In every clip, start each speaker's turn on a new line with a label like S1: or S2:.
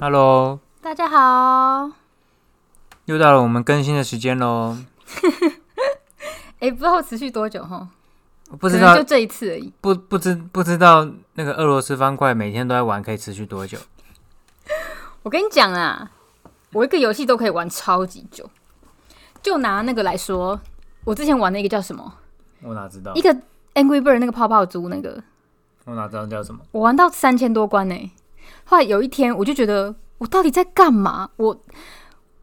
S1: Hello，
S2: 大家好，
S1: 又到了我们更新的时间喽。
S2: 哎、不知道持续多久哈，
S1: 不知
S2: 可能
S1: 道
S2: 就这一次而已。
S1: 不不知不知道那个俄罗斯方块每天都在玩，可以持续多久？
S2: 我跟你讲啊，我一个游戏都可以玩超级久。就拿那个来说，我之前玩的一个叫什么，
S1: 我哪知道
S2: 一？个 Angry Bird 那个泡泡猪那个，
S1: 我哪知道叫什么？
S2: 我玩到三千多关呢、后来有一天，我就觉得我到底在干嘛？我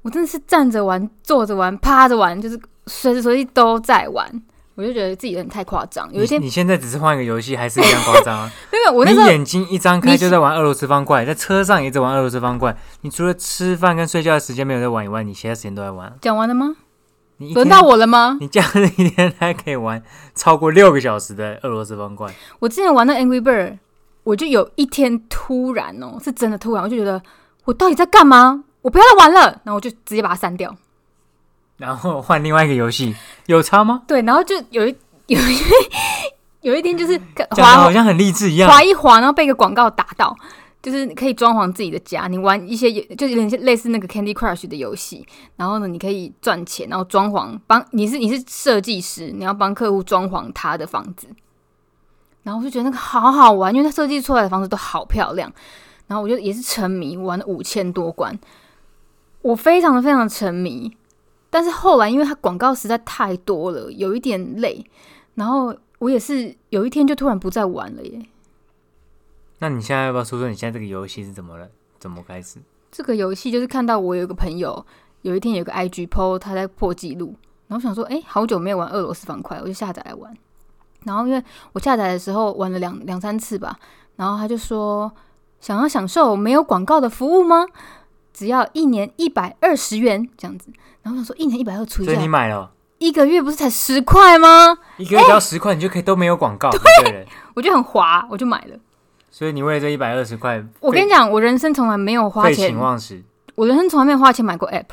S2: 我真的是站着玩、坐着玩、趴着玩，就是随时随地都在玩。我就觉得自己有点太夸张。有一天，
S1: 你你现在只是换一个游戏，还是一样夸张啊？
S2: 没有， 我那
S1: 你
S2: 时候
S1: 眼睛一张开就在玩俄罗斯方块，在车上也在玩俄罗斯方块。你除了吃饭跟睡觉的时间没有在玩以外，你其他时间都在玩。
S2: 讲完了吗？
S1: 你一
S2: 轮
S1: 天
S2: 到，我了吗？
S1: 你假日一天还可以玩超过六个小时的俄罗斯方块。
S2: 我之前玩那 Angry Bird，我就有一天突然哦，是真的突然，我就觉得我到底在干嘛？我不要再玩了，然后我就直接把它删掉。
S1: 然后换另外一个游戏，有差吗？
S2: 对，然后就有一 有一有一天就是
S1: 讲的
S2: 滑
S1: 好像很励志一样。
S2: 滑一滑，然后被一个广告打到，就是可以装潢自己的家。你玩一些就有点像类似那个 Candy Crush 的游戏，然后呢，你可以赚钱，然后装潢帮你是你是设计师，你要帮客户装潢他的房子。然后我就觉得那个好好玩，因为他设计出来的房子都好漂亮。然后我就也是沉迷，玩了五千多关，我非常的非常的沉迷。但是后来因为它广告实在太多了，有一点累。然后我也是有一天就突然不再玩了耶。
S1: 那你现在要不要说说你现在这个游戏是怎么了？怎么开始？
S2: 这个游戏就是看到我有一个朋友，有一天有个 IG PO 他在破纪录，然后我想说，哎，好久没有玩俄罗斯方块，我就下载来玩。然后因为我下载的时候玩了两两三次吧，然后他就说想要享受没有广告的服务吗？只要一年一百二十元这样子。然后我想说，一年一百二除以
S1: 所以你
S2: 下，
S1: 买了哦
S2: 一个月不是才十块吗？
S1: 一个月只要十块，你就可以都没有广告，对不对？
S2: 我就很划，我就买了。
S1: 所以你为了这一百二十块，
S2: 我跟你讲，我人生从来没有花
S1: 废
S2: 钱
S1: 寝，忘食，
S2: 我人生从来没有花钱买过 App，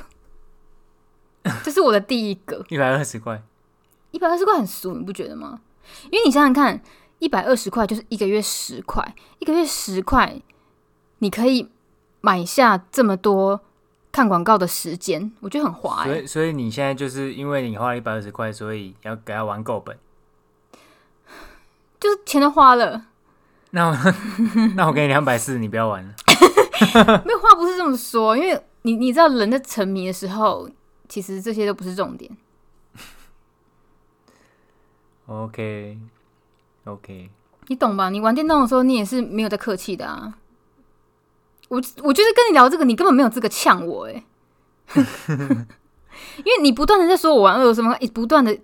S2: 这是我的第一个。
S1: 一百二十块，
S2: 一百二十块很俗，你不觉得吗？因为你想想看，一百二十块就是一个月十块，一个月十块，你可以买下这么多看广告的时间，我觉得很划哎、
S1: 所以所以你现在就是因为你花了一百二十块，所以要给他玩够本。
S2: 就是钱都花了，
S1: 那 我那我给你两百四，你不要玩了。
S2: 没有话不是这么说，因为你你知道人在沉迷的时候，其实这些都不是重点。
S1: OK OK，
S2: 你懂吧？你玩电动的时候，你也是没有在客气的啊。我我就是跟你聊这个，你根本没有资格呛我哎、 因为你不断的在说我玩俄罗斯方块，欸不断的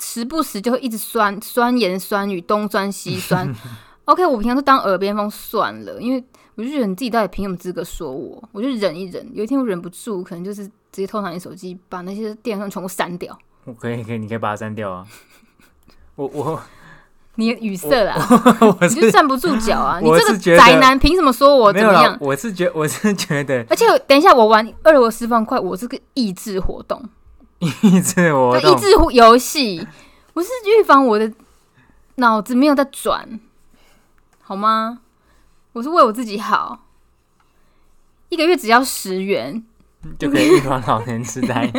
S2: 时不时就会一直酸酸言酸语，东酸西酸。OK，我平 常都当耳边风算了，因为我就觉得你自己到底凭什么资格说我？我就忍一忍，有一天我忍不住，可能就是直接偷拿你手机，把那些电商全部删掉。
S1: 我可以可以，你可以把它删掉 啊。我我
S2: 你的语塞啦，
S1: 我
S2: 你就是站不住脚啊！你
S1: 我
S2: 这
S1: 是
S2: 个
S1: 觉得
S2: 宅男凭什么说我
S1: 没
S2: 怎
S1: 有
S2: 么样
S1: 啦，？我是觉我是觉得
S2: 而且等一下，我玩俄罗斯方块，我是个益智活动，
S1: 一直我
S2: 对益智活游戏，我是预防我的脑子没有在转，好吗？我是为我自己好，一个月只要十元，
S1: 就可以预防老年痴 呆。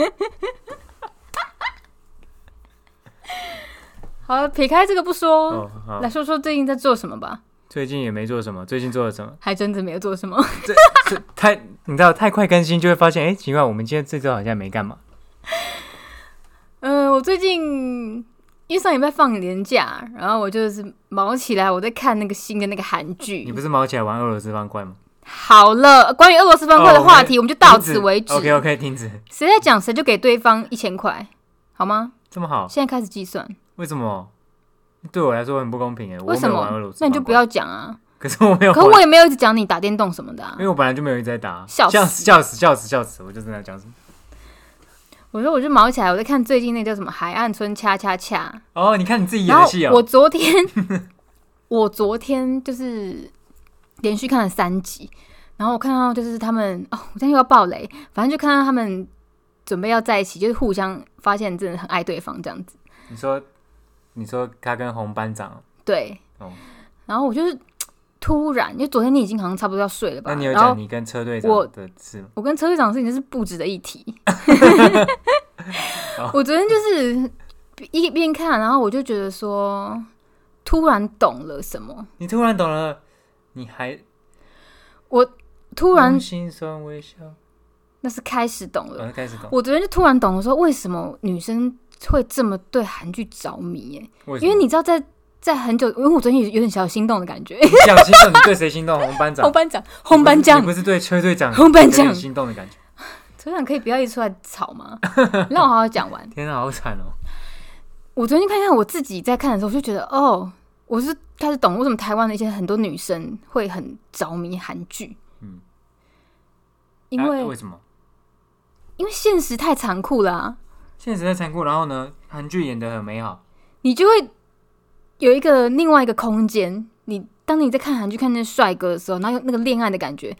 S2: 好了，撇开这个不说，
S1: 哦，好
S2: 来。说说最近在做什么吧。
S1: 最近也没做什么，最近做了什么？
S2: 还真的没有做什么，
S1: 这太你知道太快更新就会发现，哎、奇怪，我们今天这周好像没干嘛。
S2: 嗯，我最近因为上礼拜放年假，然后我就是忙起来，我在看那个新的那个韩剧。
S1: 你不是毛起来玩俄罗斯方块吗？
S2: 好了，关于俄罗斯方块的
S1: 哦
S2: 话题，我们就到此为止。
S1: OK OK，停止。
S2: 谁在讲谁就给对方一千块，好吗？
S1: 这么好，
S2: 现在开始计算，
S1: 为什么？对我来说很不公平哎，我又
S2: 为
S1: 没
S2: 什
S1: 有玩俄罗
S2: 么
S1: 斯？
S2: 那
S1: 方块
S2: 你就不。要讲啊。
S1: 可是我没有
S2: 可
S1: 玩，
S2: 我也没有一直讲你打电动什么的啊
S1: 因。为我本来就没有一直在打，
S2: 笑死
S1: 笑死笑死笑死笑死，我就正在讲什么。
S2: 我说我就毛起来，我在看最近那个叫什么《海岸村恰恰恰》，
S1: 哦，你看你自己演
S2: 然
S1: 的
S2: 后
S1: 戏哦
S2: 我，昨天我昨天就是连续看了三集，然后我看到就是他们哦，我现在又要爆雷，反正就看到他们准备要在一起，就是互相发现真的很爱对方这样子。
S1: 你说你说他跟红班长
S2: 对，
S1: 哦
S2: 然后我就是突然，因为昨天你已经好像差不多要睡了吧？
S1: 那你有
S2: 啊然后
S1: 讲你跟车队长
S2: 我
S1: 的事吗？
S2: 我跟车队长的事情是不值得一提。我昨天就是一边看，然后我就觉得说，突然懂了什么，
S1: 你突然懂了，你还
S2: 突然
S1: 用心酸微笑，
S2: 那是开始懂了。
S1: 我开始懂，
S2: 我昨天就突然懂了，说为什么女生会这么对韩剧着迷、耶？
S1: 为什
S2: 因为
S1: 么
S2: 你知道在，在很久，因为我昨天有有点小心动的感觉。
S1: 你 想心动，你对谁心动？红班长
S2: 红，班长， 红班
S1: 你
S2: 长，
S1: 啊不是对车队长
S2: 红班
S1: 有
S2: 长
S1: 点，心动的感觉？
S2: 车长可以不要一直出来吵吗？你让我好好讲完。
S1: 天啊，好惨哦！
S2: 我昨天看看我自己在看的时候，我就觉得哦，我是开始懂为什么台湾的一些很多女生会很着迷韩剧。
S1: 嗯
S2: 因
S1: 啊
S2: 为、
S1: 为什么
S2: 因为现实太残酷了、啊，
S1: 现实在残酷？然后呢，韩剧演得很美好，
S2: 你就会有一个另外一个空间。你当你在看韩剧看那些帅哥的时候，然后有那个恋爱的感觉，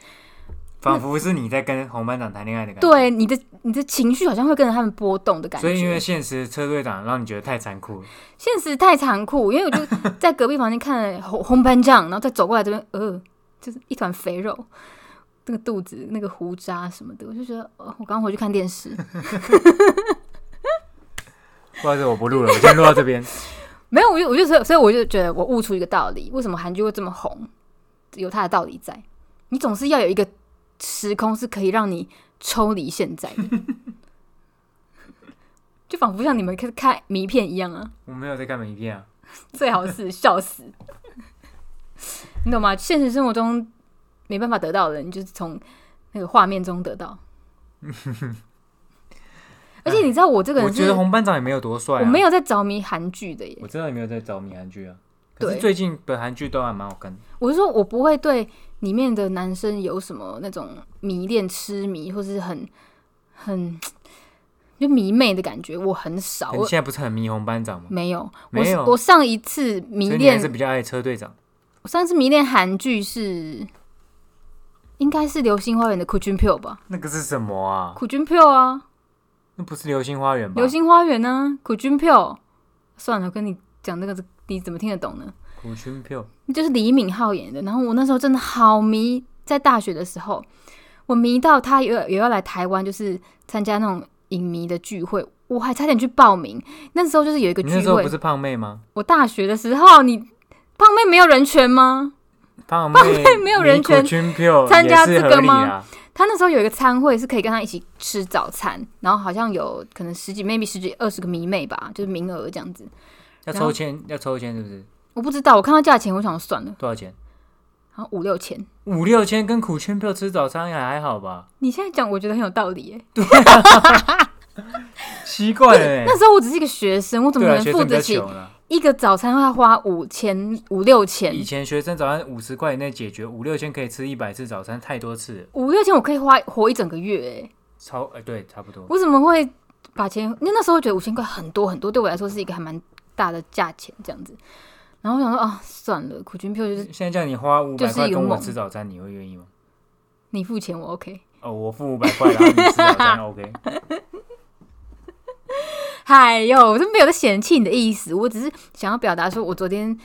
S1: 仿佛是你在跟红班长谈恋爱的感觉。
S2: 对你的你的情绪好像会跟着他们波动的感觉。
S1: 所以因为现实车队长让你觉得太残酷了，
S2: 现实太残酷，因为我就在隔壁房间看了红红斑酱，然后再走过来这边，呃，就是一团肥肉，那个肚子、那个胡渣什么的，我就觉得，哦，我刚回去看电视，
S1: 不好意思，我不录了，我先录到这 边。
S2: 没有，我就我就所以所以我就觉得我悟出一个道理，为什么韩剧会这么红，有它的道理在。你总是要有一个时空是可以让你抽离现在的，就仿佛像你们看看迷片一样啊。
S1: 我没有在看美片啊，
S2: 最好是笑死， 你懂吗？现实生活中没办法得到的，你就是从那个画面中 得到。而且你知道我这个
S1: 哎我
S2: 人
S1: 觉
S2: 是
S1: 得，红班长也没有多帅、啊，
S2: 我没有在着迷韩剧的耶。
S1: 我真的没有在着迷韩剧啊。可是
S2: 对
S1: 最近的韩剧都还蛮好看的，
S2: 我是说我不会对里面的男生有什么那种迷恋、痴迷，或是很很就迷妹的感觉，我很少。
S1: 你
S2: 我
S1: 现在不是很迷红班长吗？
S2: 没有，我
S1: 没有
S2: 我上一次迷
S1: 所以你还
S2: 恋
S1: 是比较爱车队长。
S2: 我上次迷恋韩剧是，应该是《流星花园》的《苦君票》吧，
S1: 那个是什么
S2: 《
S1: 啊？
S2: 苦君票》啊，
S1: 那不是《流星花园》
S2: 《
S1: 吧？
S2: 流星花园》呢，《苦君票》。算了，我跟你讲这个，你怎么听得懂呢？
S1: 古群票，
S2: 就是李敏镐演的。然后我那时候真的好迷，在大学的时候，我迷到他有有要来台湾，就是参加那种影迷的聚会，我还差点去报名。那时候就是有一个
S1: 你那
S2: 聚
S1: 时候
S2: 会
S1: 不，是胖妹 吗？
S2: 我大学的时候，你胖妹没有人权吗？
S1: 胖妹
S2: 没有人权
S1: 群票
S2: 参加这
S1: 也是合
S2: 个吗
S1: 理啊？
S2: 他那时候有一个餐会是可以跟他一起吃早餐，然后好像有可能十几 maybe 十几二十个迷妹吧，就是名额这样子。
S1: 要抽签，要抽签是不是？
S2: 我不知道，我看到价钱我想算了，
S1: 多少钱？
S2: 好像五六千。
S1: 五六千跟苦圈票吃早餐也还好吧？
S2: 你现在讲，我觉得很有道理耶。
S1: 奇怪哎、
S2: 那时候我只是一个学生，我怎么
S1: 对啊，
S2: 能
S1: 学
S2: 付
S1: 生比
S2: 得
S1: 较
S2: 起
S1: 穷了。
S2: 一个早餐要花五千五六
S1: 以
S2: 千？
S1: 前学生早餐五十块以内解决，五六千可以吃一百次早餐，太多次了，
S2: 五六千我可以花活一整个月哎，
S1: 超哎、对，差不多。
S2: 我怎么会把钱？因为那时候我觉得五千块很多很多，对我来说是一个还蛮大的价钱这样子。然后我想说啊，算了，苦军票就是
S1: 现在叫你花五百
S2: 就是
S1: 块
S2: 一个
S1: 跟我
S2: 梦
S1: 吃早餐，你会愿意吗？
S2: 你付钱我 OK。
S1: 哦，我付五百块，然后你吃早餐，OK？
S2: 嗨哟，我是没有在嫌弃你的意思，我只是想要表达说，我昨天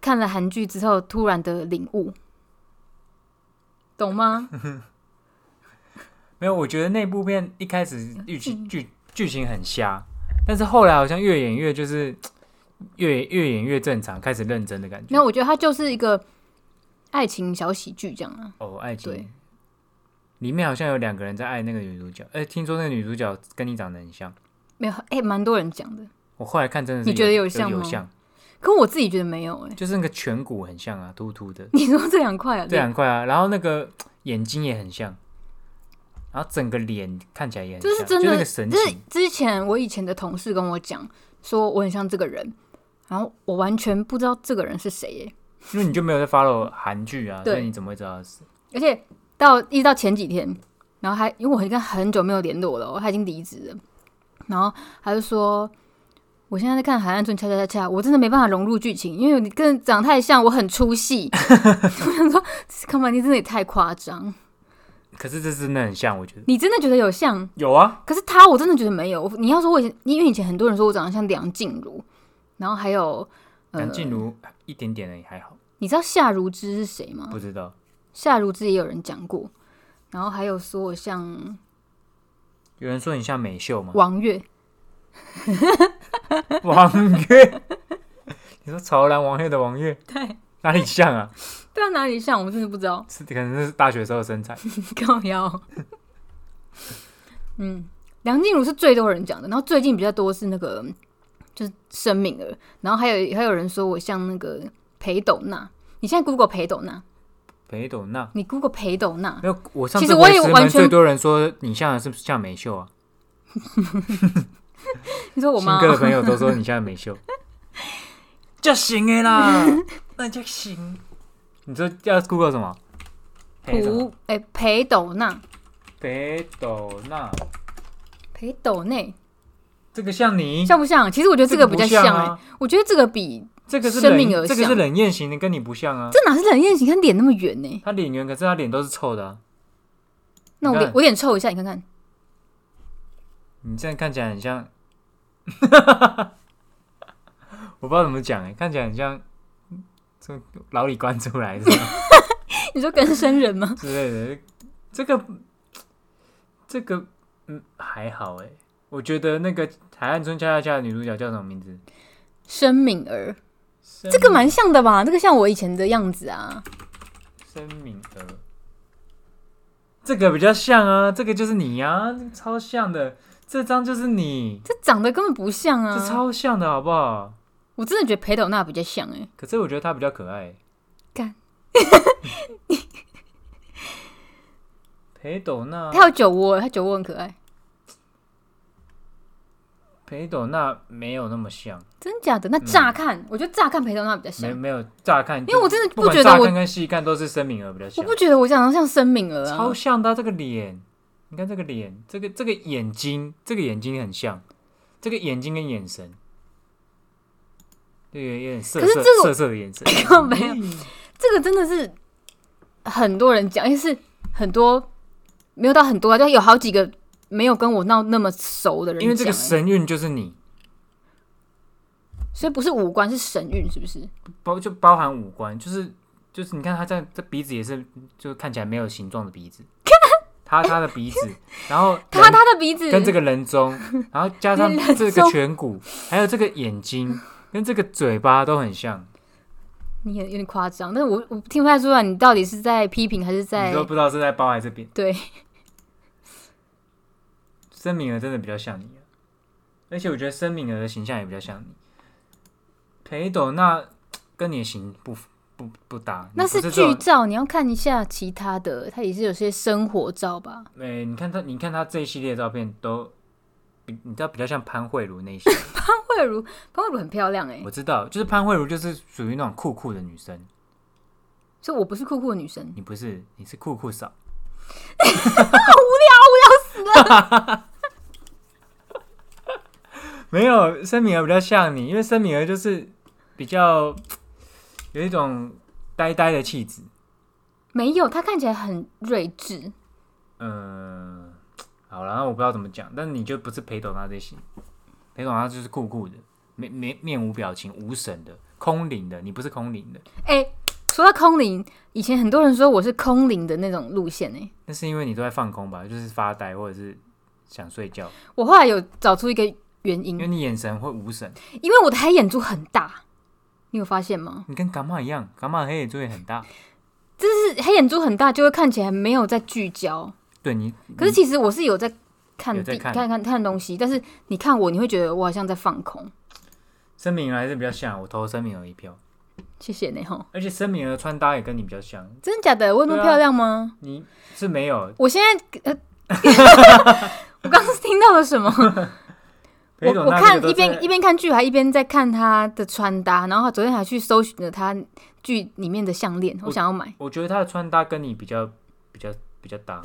S2: 看了韩剧之后突然的领悟，懂吗？
S1: 没有，我觉得那部片一开始
S2: 嗯
S1: 剧情剧剧情很瞎，但是后来好像越演越就是越越演越正常，开始认真的感觉。
S2: 没有，我觉得它就是一个爱情小喜剧这样啊。
S1: 哦，爱
S2: 对
S1: 情里面好像有两个人在爱那个女主角，哎、听说那个女主角跟你长得很像。
S2: 没有，哎、蛮多人讲的，
S1: 我后来看真的是
S2: 你觉得有
S1: 有
S2: 像
S1: 有
S2: 吗
S1: 像，
S2: 可我自己觉得没有哎、
S1: 就是那个颧骨很像啊，突突的，
S2: 你说这两块啊？
S1: 这两块啊，然后那个眼睛也很像，然后整个脸看起来也很
S2: 这
S1: 像，
S2: 是真
S1: 就
S2: 的，
S1: 那个神
S2: 这是
S1: 情，
S2: 之前我以前的同事跟我讲，说我很像这个人，然后我完全不知道这个人是谁耶、
S1: 因为你就没有在 follow 韩剧啊，所以
S2: 对
S1: 你怎么会知道是？
S2: 而且到一直到前几天，然后还因为我跟他很久没有联络了哦，他已经离职了，然后他就说。我现在在看《海岸村恰恰恰恰》，我真的没办法融入剧情，因为你跟长太像，我很出戏。我想说，康曼尼真的也太夸张，
S1: 可是这真的很像，我觉得
S2: 你真的觉得有像？
S1: 有啊，
S2: 可是他，我真的觉得没有。你要说我以前，因为以前很多人说我长得像梁静茹，然后还有呃
S1: 梁静茹一点点而已还好，
S2: 你知道夏如芝是谁吗？
S1: 不知道。
S2: 夏如芝也有人讲过，然后还有说我像
S1: 有人说你像美秀吗？
S2: 王月，
S1: 王月， 你说潮男王月的王月
S2: 对，
S1: 哪里像啊？
S2: 对啊，哪里像？我真的不知道，
S1: 是可能是大学时候的身材。
S2: 靠腰。嗯，梁静茹是最多人讲的，然后最近比较多是那个就是申敏儿，然后还有还有人说我像那个裴斗娜。你现在 Google 裴斗娜，
S1: 裴斗娜
S2: 你 Google 裴斗娜，
S1: 没有，我上
S2: 其实
S1: 次
S2: 我也
S1: 回石门
S2: 完全
S1: 最多人说你像的是不是像美秀啊？
S2: 你说我
S1: 新
S2: 妈啊
S1: 哥的朋友都说你像美 秀，就行的啦，那就行。你说要 Google 什么？裴什么
S2: 胡哎裴斗娜，
S1: 裴斗娜，
S2: 裴斗内
S1: 这个像你，
S2: 像不像？其实我觉得这个比较
S1: 这个不
S2: 哎、
S1: 啊，
S2: 我觉得这个比
S1: 这个是
S2: 生命
S1: 冷
S2: 而
S1: 这个是
S2: 像
S1: 冷艳型的，跟你不像啊。
S2: 这哪是冷艳型？看脸那么圆呢、
S1: 他脸圆，可是他脸都是臭的啊。
S2: 那我
S1: 你看
S2: 脸我脸臭一下，你看 看，
S1: 你这样看起来很像， 我不知道怎么讲哎、看起来很像嗯这老李关出来的
S2: 你说跟生人吗？
S1: 之类的。这个这个嗯还好哎、我觉得那个《海岸村恰恰恰》的女主角叫什么名字？
S2: 申敏儿，
S1: 这
S2: 这个蛮像的吧？这个像我以前的样子啊。
S1: 申敏儿，这个比较像啊，这个就是你啊，这个超像的，这张就是你，
S2: 这长得根本不像
S1: 这
S2: 啊！
S1: 超像的好不好？
S2: 我真的觉得裴斗娜比较像哎、
S1: 可是我觉得她比较可爱。
S2: 干，
S1: 裴斗娜，
S2: 她有酒窝，她酒窝很可爱，
S1: 裴斗娜没有那么像，
S2: 真假的？那乍看，我觉得乍看裴斗娜比较像
S1: 嗯没，没有乍看就，
S2: 因为我真的
S1: 不
S2: 不
S1: 管
S2: 觉得
S1: 乍
S2: 我
S1: 看跟细看都是申敏儿比较
S2: 我
S1: 像，
S2: 不觉得我长得像申敏儿啊
S1: 超。像的啊、这个脸，你看这个脸，这个这个眼睛，这个眼睛很像，这个眼睛跟眼神，这个有点涩
S2: 可是
S1: 涩
S2: 这个
S1: 涩涩的眼神，
S2: 没 有，这个真的是很多人讲，因为是很多没有到很多啊，就有好几个没有跟我闹那么熟的人讲欸，
S1: 因为这个神韵就是你，
S2: 所以不是五官是神韵，是不是？
S1: 包就包含五官，就是就是你看他这样，这鼻子也是，就看起来没有形状的鼻子， 他他的鼻子，然后
S2: 他他的鼻子
S1: 跟这个人 中，然后加上
S2: 你人
S1: 这个
S2: 中
S1: 颧骨，还有这个眼睛跟这个嘴巴都很像，
S2: 你有有点夸张，但是我我听不太出来你到底是在批评还是在
S1: 你都不知道是在包还是扁。
S2: 对。
S1: 申敏儿真的比较像你啊，而且我觉得申敏儿的形象也比较像你。裴斗娜跟你的型不符不不搭，
S2: 那
S1: 你不
S2: 是
S1: 是这
S2: 剧
S1: 种
S2: 照，你要看一下其他的，它也是有些生活照吧？
S1: 哎、你看他，你看他这一系列照片都比，你知道比较像潘慧茹那一些。
S2: 潘慧茹，潘慧茹很漂亮哎、
S1: 我知道，就是潘慧茹就是属于那种酷酷的女生，
S2: 所以我不是酷酷的女生，
S1: 你不是，你是酷酷嫂。好无聊，我 要死了。没有，申敏儿比较像你，因为申敏儿就是比较有一种呆呆的气质。
S2: 没有，她看起来很睿智，
S1: 嗯，好啦，然后我不知道怎么讲，但你就不是裴斗娜这型，裴斗娜就是酷酷的，面面面无表情、无神的、空灵的，你不是空灵的，
S2: 哎、说到空灵，以前很多人说我是空灵的那种路线哎、
S1: 那是因为你都在放空吧，就是发呆或者是想睡觉，
S2: 我后来有找出一个原因
S1: 因为，你眼神会无神，
S2: 因为我的黑眼珠很大，你有发现吗？
S1: 你跟感冒一样，感冒黑眼珠也很大，
S2: 就是黑眼珠很大，就会看起来没有在聚焦。
S1: 对你，
S2: 可是其实我是有在看
S1: 嗯有在
S2: 地
S1: 看
S2: 看看看东西，但是你看我，你会觉得我好像在放空。
S1: 申敏儿还是比较像，我投申敏儿一票，
S2: 谢谢你吼，
S1: 而且申敏儿的穿搭也跟你比较像，
S2: 真的假的？我有那
S1: 对
S2: 么
S1: 啊
S2: 漂亮吗？
S1: 你是没有
S2: 我现在呃， 我刚刚是听到了什么？我
S1: 裴斗
S2: 我
S1: 娜那个
S2: 看
S1: 都
S2: 一
S1: 是
S2: 边一边看剧，还一边在看她的穿搭，然后她昨天还去搜寻了她剧里面的项链，我想要买。
S1: 我觉得她的穿搭跟你比较比较比较搭。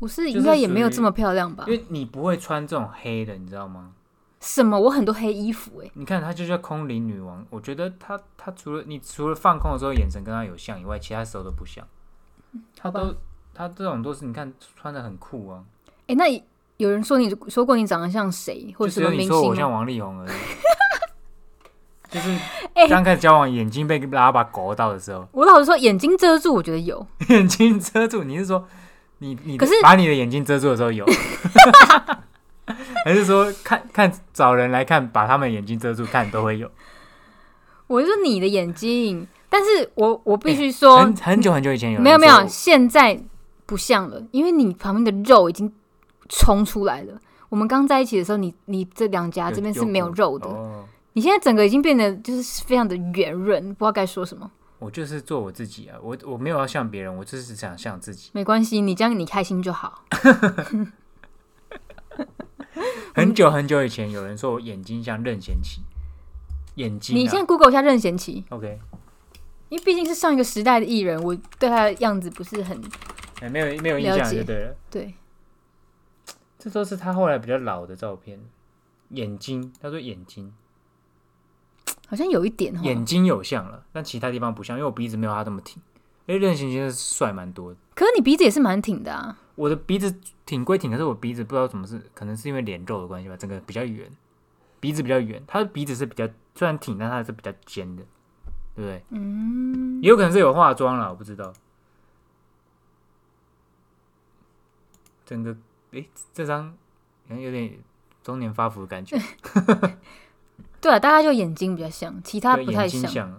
S2: 我是
S1: 就是
S2: 应该也没有
S1: 属于
S2: 这么漂亮吧
S1: 因？为你不会穿这种黑的，你知道吗？
S2: 什么？我很多黑衣服哎、
S1: 你看她就叫空灵女王，我觉得她她除了你除了放空的时候眼神跟她有像以外，其他时候都不像。她
S2: 吧
S1: 都她这种都是你看穿的很酷啊，
S2: 哎、那有人说你说过你长得像谁或
S1: 就只
S2: 者什么
S1: 有你
S2: 明啊
S1: 说我
S2: 星吗？
S1: 像王力宏而已。就是
S2: 哎
S1: 刚开始交往，眼睛被拉把狗到的时候，
S2: 我老实说，眼睛遮住，我觉得有，
S1: 眼睛遮住，你是说你你
S2: 可是
S1: 把你的眼睛遮住的时候 有，还是说看看找人来看，把他们眼睛遮住看都会有？
S2: 我是说你的眼睛，但是我我必须说，
S1: 很很久很久以前有人
S2: 没有没有，
S1: 说
S2: 现在不像了，因为你旁边的肉已经冲出来了。我们刚在一起的时候，你你这两颊啊这边是没有肉的，
S1: 哦，
S2: 你现在整个已经变得就是非常的圆润，不知道该说什么。
S1: 我就是做我自己啊，我我没有要像别人，我就是想像自己。
S2: 没关系，你这样你开心就好。
S1: 很久很久以前，有人说我眼睛像任贤齐，眼睛、啊。
S2: 你现在 Google 一下任贤齐，
S1: OK？
S2: 因为毕竟是上一个时代的艺人，我对他的样子不是很
S1: 哎、没有没有印
S2: 了
S1: 象
S2: 解
S1: 就对了。
S2: 对。
S1: 这都是他后来比较老的照片，眼睛，他说眼睛，
S2: 好像有一点哦，
S1: 眼睛有像了，但其他地方不像，因为我鼻子没有他这么挺。哎，任贤齐真的帅蛮多的，
S2: 可是你鼻子也是蛮挺的啊。
S1: 我的鼻子挺归挺，可是我鼻子不知道怎么是，可能是因为脸肉的关系吧，整个比较圆，鼻子比较圆，他的鼻子是比较虽然挺，但他是比较尖的，对不对？
S2: 嗯，
S1: 也有可能是有化妆了，我不知道。整个诶、这张好像有点中年发福的 感觉，
S2: 对啊，大概就眼睛比较像，其他
S1: 对
S2: 不
S1: 眼
S2: 太
S1: 睛
S2: 像。
S1: 像啊，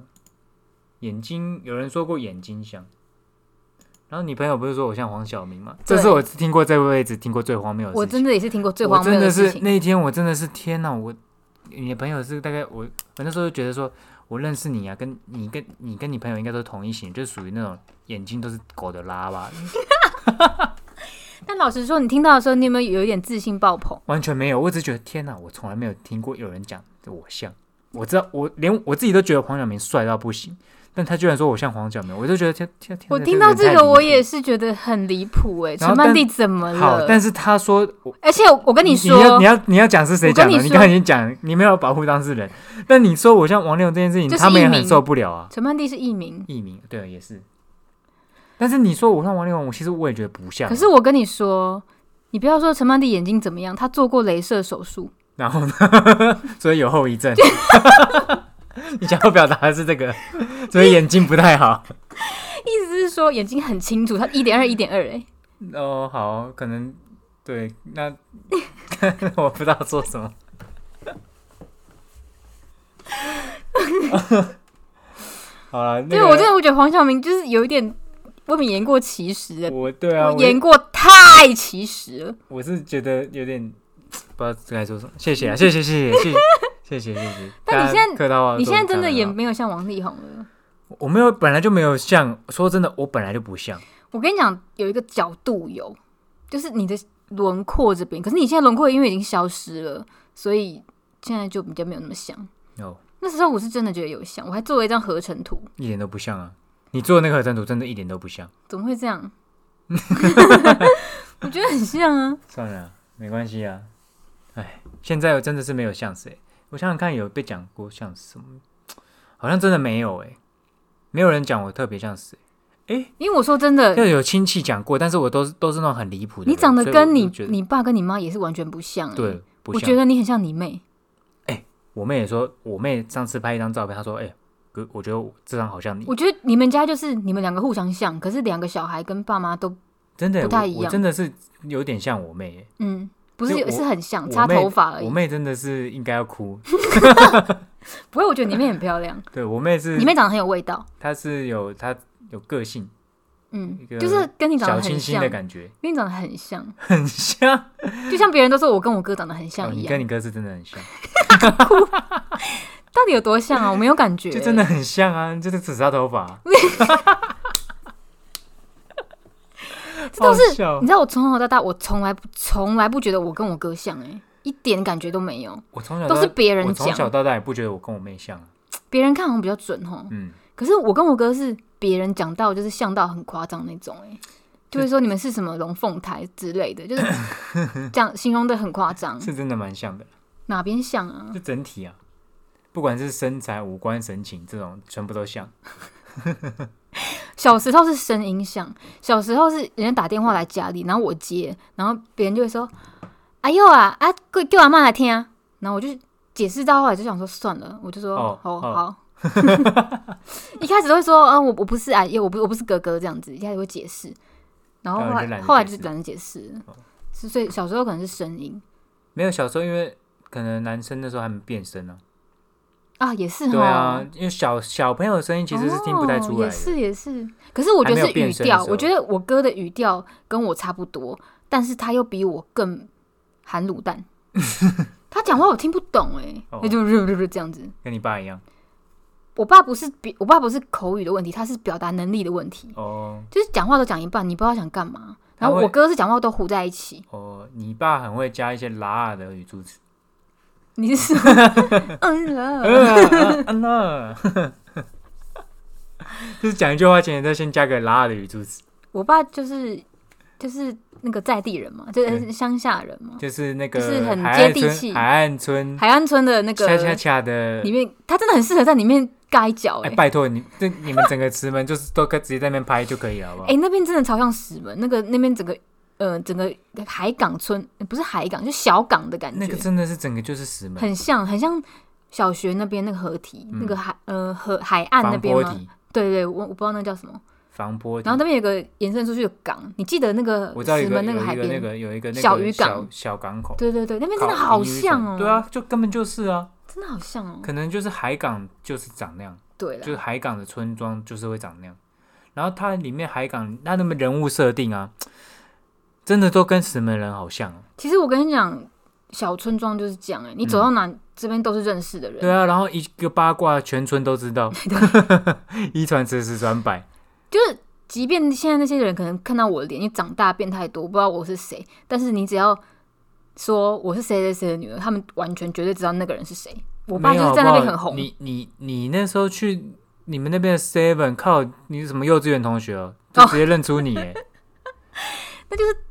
S1: 眼睛有人说过眼睛像。然后你朋友不是说我像黄晓明吗？这
S2: 对
S1: 是我听过这辈子听过最荒谬的事情。
S2: 我真的也是听过最
S1: 我
S2: 荒
S1: 真
S2: 谬
S1: 的
S2: 事
S1: 是
S2: 情。
S1: 那一天，我真的是天哪！我你的朋友是大概我，我那时候就觉得说，我认识你啊，跟你跟你跟你朋友应该都同一型，就是属于那种眼睛都是狗的拉吧，
S2: 但老实说，你听到的时候，你有没有有一点自信爆棚？
S1: 完全没有。我只是觉得天哪，我从来没有听过有人讲我像。我知道，我连我自己都觉得黄晓明帅到不行，但他居然说我像黄晓明，我就觉得天天天哪，
S2: 我听到
S1: 这
S2: 这
S1: 人太
S2: 个，
S1: 离
S2: 我
S1: 谱
S2: 也是觉得很离谱哎，
S1: 然后
S2: 陈
S1: 但
S2: 曼丽怎么
S1: 好。
S2: 了？
S1: 但是他说，我
S2: 而且我跟
S1: 你
S2: 说，
S1: 要你要你要讲是谁
S2: 我
S1: 讲
S2: 跟
S1: 的？
S2: 你
S1: 你
S2: 说
S1: 刚才已经讲，你没有保护当事人。但你说我像王力宏这件事情，
S2: 就是
S1: 他们也
S2: 艺
S1: 很
S2: 名
S1: 受不了啊。
S2: 陈曼丽是艺名，
S1: 艺名对，也是。但是你说我像王力宏，我其实我也觉得不像。
S2: 可是，我跟你说，你不要说陈曼丽眼睛怎么样，她做过镭射手术，
S1: 然后呢？ 所以有后遗症。你想要表达的是这个，所以眼睛不太好。
S2: 意思是说眼睛很清楚，她一点二一点二 哎，
S1: 哦，好，可能对，那 我不知道说 什么。好了，那
S2: 对
S1: 个
S2: 我真的我觉得黄晓明就是有一点未免言过其实哎，
S1: 我对啊，
S2: 我
S1: 我
S2: 言过太其实了。
S1: 我是觉得有点不知道该说什么。谢 谢啊，谢谢，谢谢，谢谢，谢谢，谢谢。
S2: 但你现在
S1: 在客套啊话，
S2: 你现在真的也没有像王力宏了。
S1: 啊我没有，本来就没有像。说真的，我本来就不像。
S2: 我跟你讲，有一个角度有，就是你的轮廓这边，可是你现在轮廓因为已经消失了，所以现在就比较没有那么像。
S1: 哦，
S2: 那时候我是真的觉得有像，我还做了一张合成图，
S1: 一点都不像啊！你做的那个合成图真的一点都不像。
S2: 怎么会 这样？我觉得很像啊，
S1: 算了，没关系啊。哎，现在我真的是没有像谁。我想想看，有被讲过像什么？好像真的没有哎、没有人讲我特别像谁。
S2: 因为我说真的
S1: 要，有亲戚讲过，但是我都是都是那种很离谱的人。
S2: 呃你长得
S1: 所以我
S2: 跟你
S1: 就觉得
S2: 你爸跟你妈也是完全不像、欸。
S1: 对，不
S2: 我
S1: 像。
S2: 觉得你很像你妹。
S1: 我妹也说，我妹上次拍一张照片，她说：“哎、哥，我觉得我这张好像你，
S2: 我觉得你们家就是你们两个互相像，可是两个小孩跟爸妈都
S1: 真的
S2: 不太
S1: 我
S2: 一
S1: 我
S2: 样
S1: 真的是有点像我妹耶。
S2: 嗯，不是
S1: 就我
S2: 是很像，
S1: 我
S2: 擦
S1: 妹
S2: 头发而
S1: 我
S2: 已。
S1: 妹真的是应该要哭。
S2: 不会，我觉得你妹很漂亮，
S1: 对我妹是
S2: 你，妹长得很有味道。
S1: 她是有她有个性，一
S2: 嗯
S1: 个，
S2: 就是跟你长
S1: 小
S2: 得很
S1: 清新
S2: 像，
S1: 的感觉，
S2: 跟你长得很像，
S1: 很像。
S2: 就像别人都说我跟我哥长得很
S1: 哦
S2: 像一
S1: 你
S2: 样，
S1: 跟你哥是真的很像，
S2: 到底有多像啊？我没有感 觉、
S1: 就真的，很像啊，就是只差头发。
S2: 这都
S1: 好
S2: 是
S1: 笑
S2: 你知道，我从小到大，我从来不从来不觉得我跟我哥像、欸，一点感觉都没有，
S1: 我从小
S2: 都
S1: 到
S2: 是别人
S1: 我从小
S2: 讲，
S1: 到大也不觉得我跟我妹像。啊
S2: 别人看好像比较准哦。
S1: 嗯，
S2: 可是我跟我哥是别人讲到就是像到很夸张那种、欸，就会说你们是什么龙凤胎之类 的，就是这样形容的很夸张，
S1: 是真的蛮像的，
S2: 哪边像啊？
S1: 就整体啊，不管是身材、五官、神情这种，全部都像。
S2: 小时候是声音像，小时候是人家打电话来家里，然后我接，然后别人就会说：“哎呦啊啊，叫叫阿妈来听啊。”然后我就解释到后来就想说算了，我就说
S1: 哦
S2: 哦好。
S1: 哦
S2: 一开始都会说，嗯，我我不是阿姨，我不我不是哥哥这样子，一开始会解释，然后后
S1: 然后就
S2: 来
S1: 懒得
S2: 后来
S1: 解
S2: 就
S1: 释
S2: 懒得解释了
S1: 哦，
S2: 是所以小时候可能是声音
S1: 没有小时候，因为可能男生那时候还没变声呢、
S2: 啊，也是
S1: 对
S2: 哈
S1: 啊，，因为小小朋友的声音其实是听不太出来
S2: 哦也
S1: 的。
S2: 是也是，可是我觉
S1: 还没
S2: 得
S1: 有
S2: 是
S1: 变
S2: 语
S1: 声的
S2: 调，
S1: 时
S2: 我
S1: 候
S2: 觉得我哥的语调跟我差不多，但是他又比我更含 卤蛋。他讲话我听不懂哎、
S1: 哦
S2: 那就就就就这样子。
S1: 跟你爸一样
S2: 我爸不是比我爸不是口语的问题，他是表达能力的问题，
S1: 哦
S2: 就是讲话都讲一半，你不知道想干嘛。
S1: 他
S2: 然后
S1: 会
S2: 我哥是讲话都糊在一起，
S1: 哦，你爸很会加一些拉啊的语助词。
S2: 你是 什么嗯啊
S1: 嗯呐， 就是讲一句话前，再先加个拉的语助词，
S2: 我爸就是就是那个在地人嘛，就是
S1: 对
S2: 乡下人嘛，
S1: 就是那个
S2: 就是很
S1: 海岸
S2: 接地气
S1: 村海岸村
S2: 海岸村的那个
S1: 恰恰恰的
S2: 里。面，他真的很适合在里面盖脚
S1: 哎，
S2: 哎、欸。
S1: 拜托你，这你们整个石门就是都可以直接在那边拍就可以了，好不好
S2: 哎、？那边真的超像石门，那个那边整个呃整个海港村呃不是海港，就小港的感觉，
S1: 那个真的是整个就是石门，
S2: 很像很像小学那边那个河堤，
S1: 嗯
S2: 那个海呃河海岸那
S1: 防
S2: 边
S1: 波
S2: 吗？
S1: 堤，
S2: 对对对，我我不知道那叫什么。
S1: 防波堤
S2: 然后。那边有个延伸出去的港，你记得那个
S1: 我知道有
S2: 石
S1: 一个
S2: 门
S1: 有
S2: 那
S1: 一个
S2: 海边？
S1: 那个有一个那个
S2: 小渔港
S1: 小小港口，
S2: 对对对，那边真的
S1: 靠
S2: 好
S1: 渔
S2: 像
S1: 港
S2: 哦，
S1: 对，啊，就根本就是啊，
S2: 真的好像哦。
S1: 可能就是海港就是长那样。
S2: 对
S1: 就是
S2: 了，
S1: 海港的村庄就是会长那样。然后它里面海港，它那么人物设定啊，真的都跟石门人好像哦。
S2: 其实我跟你讲，小村庄就是这样哎、你走到哪、这边都是认识的人，
S1: 对啊，然后一个八卦全村都知 道， 一传十，十传百。
S2: 就是即便现在那些人可能看到我的脸，因为长大变太多，不知道我是谁，但是你只要说我是谁谁谁的女儿，他们完全绝对知道那个人是谁。我爸
S1: 没
S2: 就
S1: 有啊
S2: 是在那边
S1: 好不
S2: 很
S1: 好
S2: 红，
S1: 你你你那时候去你们那边的 Seven，靠，你是什么幼稚园同学 哦，
S2: 哦
S1: 就直接认出你耶，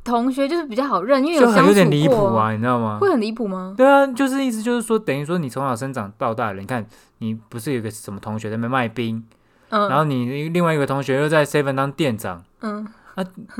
S2: 同学就是比较好认，因为
S1: 就
S2: 相处
S1: 很
S2: 过，
S1: 有点离谱，啊，你知道吗？
S2: 会很离谱吗？
S1: 对啊，就是意思就是说，等于说你从小生长到大了，你看你不是有个什么同学在那边卖冰，然
S2: 嗯
S1: 后你另外一个同学又在 Seven 当店长，
S2: 嗯，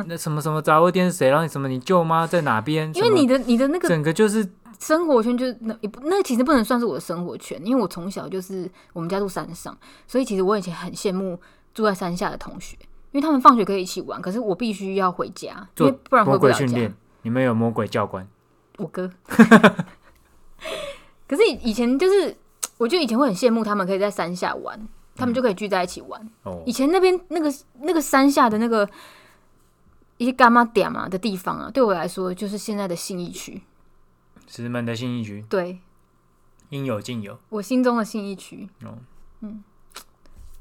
S1: 那什么什么杂货店是谁？然后你什么你舅妈在哪边？
S2: 因为
S1: 什么
S2: 你的你的那个
S1: 整个就是
S2: 生活圈就是那也不那其实不能算是我的生活圈，因为我从小就是我们家住山上，所以其实我以前很羡慕住在山下的同学，因为他们放学可以一起玩，可是我必须要回家，因
S1: 做
S2: 为不然回
S1: 魔
S2: 不
S1: 鬼
S2: 了啊
S1: 训
S2: 家
S1: 练。。你们有魔鬼教官，
S2: 我哥， 可是以前就是我觉得以前会很羡慕他们可以在山下玩，他们就可以聚在一起玩。
S1: 哦
S2: 以，前那边那个那个山下的那个一些干妈点嘛的地方啊，对我来说就是现在的信义区，
S1: 石门的信义区
S2: 对
S1: 应有尽有。
S2: 我心中的信义区。嗯
S1: 哦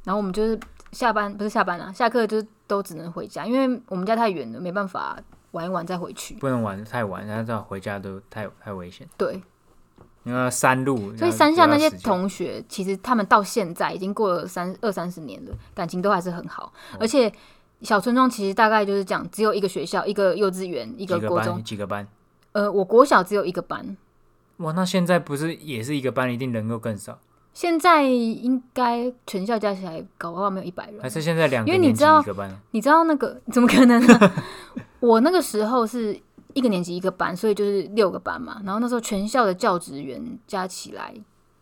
S2: 然后我们就是下班不是下班啊，下课就是都只能回家，因为我们家太远了，没办法玩一玩再回去。
S1: 不能玩太晚，然后这样回家都太太危险。
S2: 对，
S1: 因为山路，
S2: 所以
S1: 然后
S2: 山下
S1: 又要
S2: 那些
S1: 时间
S2: 同学，其实他们到现在已经过了三二三十年了，感情都还是很好。
S1: 哦
S2: 而且小村庄其实大概就是讲，只有一个学校、一个幼稚园、一
S1: 几
S2: 个
S1: 个
S2: 国中
S1: 班。几个班，
S2: 呃，我国小只有一个班，
S1: 哇，那现在不是也是一个班，一定人够更少，
S2: 现在应该全校加起来搞不好没有一百人
S1: 还。是现在两个
S2: 嗯因为你
S1: 年级
S2: 知道
S1: 一个班？
S2: 你知道那个 怎么可能呢、我那个时候是一个年级一个班，所以就是六个班嘛。然后那时候全校的教职员加起来，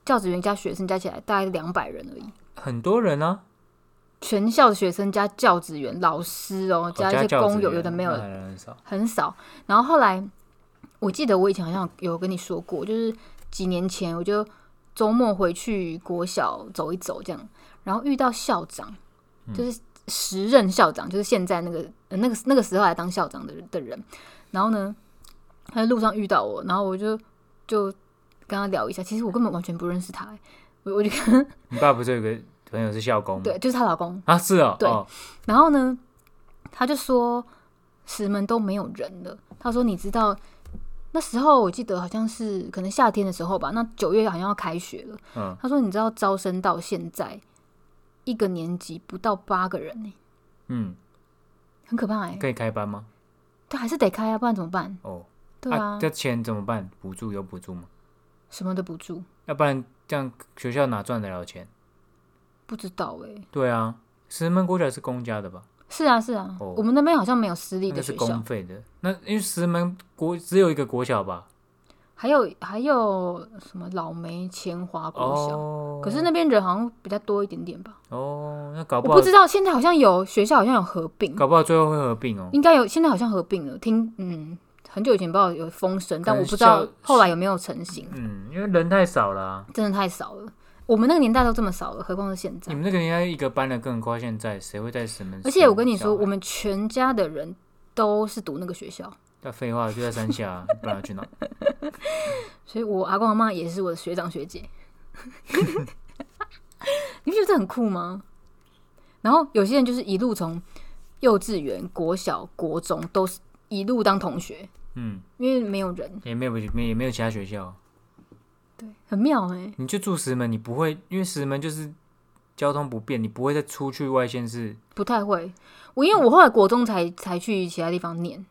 S2: 教职员加学生加起来大概两百人而已。
S1: 很多人啊，
S2: 全校的学生加教职员、老师哦，
S1: 哦
S2: 加一些
S1: 教职
S2: 工友，
S1: 员
S2: 有的没有
S1: 那还人很少。
S2: 很少。然后后来，我记得我以前好像有跟你说过，就是几年前我就周末回去国小走一走这样，然后遇到校长，
S1: 嗯
S2: 就是时任校长，就是现在那个、呃那个那个时候来当校长的人的人。然后呢，他在路上遇到我，然后我就就跟他聊一下，其实我根本完全不认识他、欸我我就
S1: 嗯
S2: 跟
S1: 你爸不是有个朋友是校工吗？
S2: 对，就是她老公，
S1: 啊，是哦，
S2: 对
S1: 哦
S2: 然后呢，他就说石门都没有人了。他说你知道那时候我记得好像是可能夏天的时候吧，那九月好像要开学了。
S1: 嗯，
S2: 他说你知道招生到现在一个年级不到八个人呢、欸
S1: 嗯，
S2: 很可怕哎、欸。
S1: 可以开班吗？
S2: 他还是得开啊，不然怎么办？
S1: 哦，
S2: 对啊，
S1: 这钱怎么办？补助有补助吗？
S2: 什么的补助
S1: 要不然这样学校哪赚得了钱？
S2: 不知道哎、
S1: 对啊，石门国小是公家的吧？
S2: 是啊是啊，
S1: 哦
S2: 我们那边好像没有私立
S1: 那
S2: 的
S1: 是
S2: 学
S1: 公
S2: 校，
S1: 费的。那因为石门国只有一个国小吧？
S2: 还有还有什么老梅前华国小，
S1: 哦，
S2: 可是那边人好像比较多一点点吧。
S1: 哦，那搞
S2: 我
S1: 不好
S2: 不知道现在好像有学校好像有合并，
S1: 搞不好最后会合并哦。
S2: 应该有现在好像合并了。听嗯，很久以前不知道有风声，但
S1: 可能
S2: 我不知道
S1: 校
S2: 后来有没有成型，
S1: 嗯，因为人太少了啊、
S2: 真的太少了。我们那个年代都这么少了，何况是现在
S1: 你。们那个年代一个班的更夸，现在谁会在什么？啊
S2: 而且我跟你说，我
S1: 们
S2: 们全家的人都是读那个学校，
S1: 要废话就在山下啊， 不然要去哪？
S2: 所以我阿公阿妈也是我的学长学姐。 你不觉得这很酷吗？然后有些人就是一路从幼稚园、国小、国中都是一路当同学，
S1: 嗯，
S2: 因为没有人，
S1: 也没有没也没有其他学校，
S2: 对，很妙哎、
S1: 你就住石门，你不会因为石门就是交通不便，你不会再出去外县市。
S2: 不太会。我
S1: 嗯
S2: 因为我后来国中才才去其他地方念，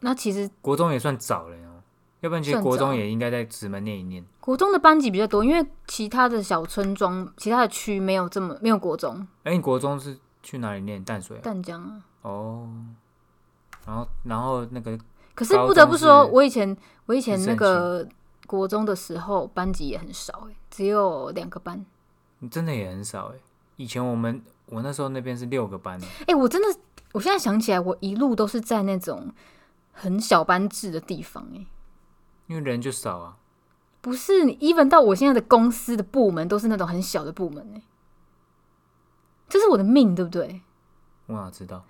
S2: 那其实
S1: 国中也算早了哦，要不然其实
S2: 算
S1: 国中
S2: 早
S1: 也应该在石门念一念。
S2: 国中的班级比较多，因为其他的小村庄、其他的区没有这么没有国中，
S1: 哎、你国中是去哪里念？淡水啊、
S2: 淡江啊。
S1: 哦。然后，然后那个
S2: 可是不得不
S1: 高
S2: 说，
S1: 中是
S2: 我以前我以前
S1: 是
S2: 那
S1: 很
S2: 个国中的时候，班级也很少、欸，只有两个班。
S1: 真的也很少哎、以前我们我那时候那边是六个班，
S2: 哎、我真的，我现在想起来，我一路都是在那种很小班制的地方、欸，
S1: 因为人就少啊。
S2: 不是你，even 到我现在的公司的部门都是那种很小的部门、欸，这是我的命，对不对？
S1: 我哪知道？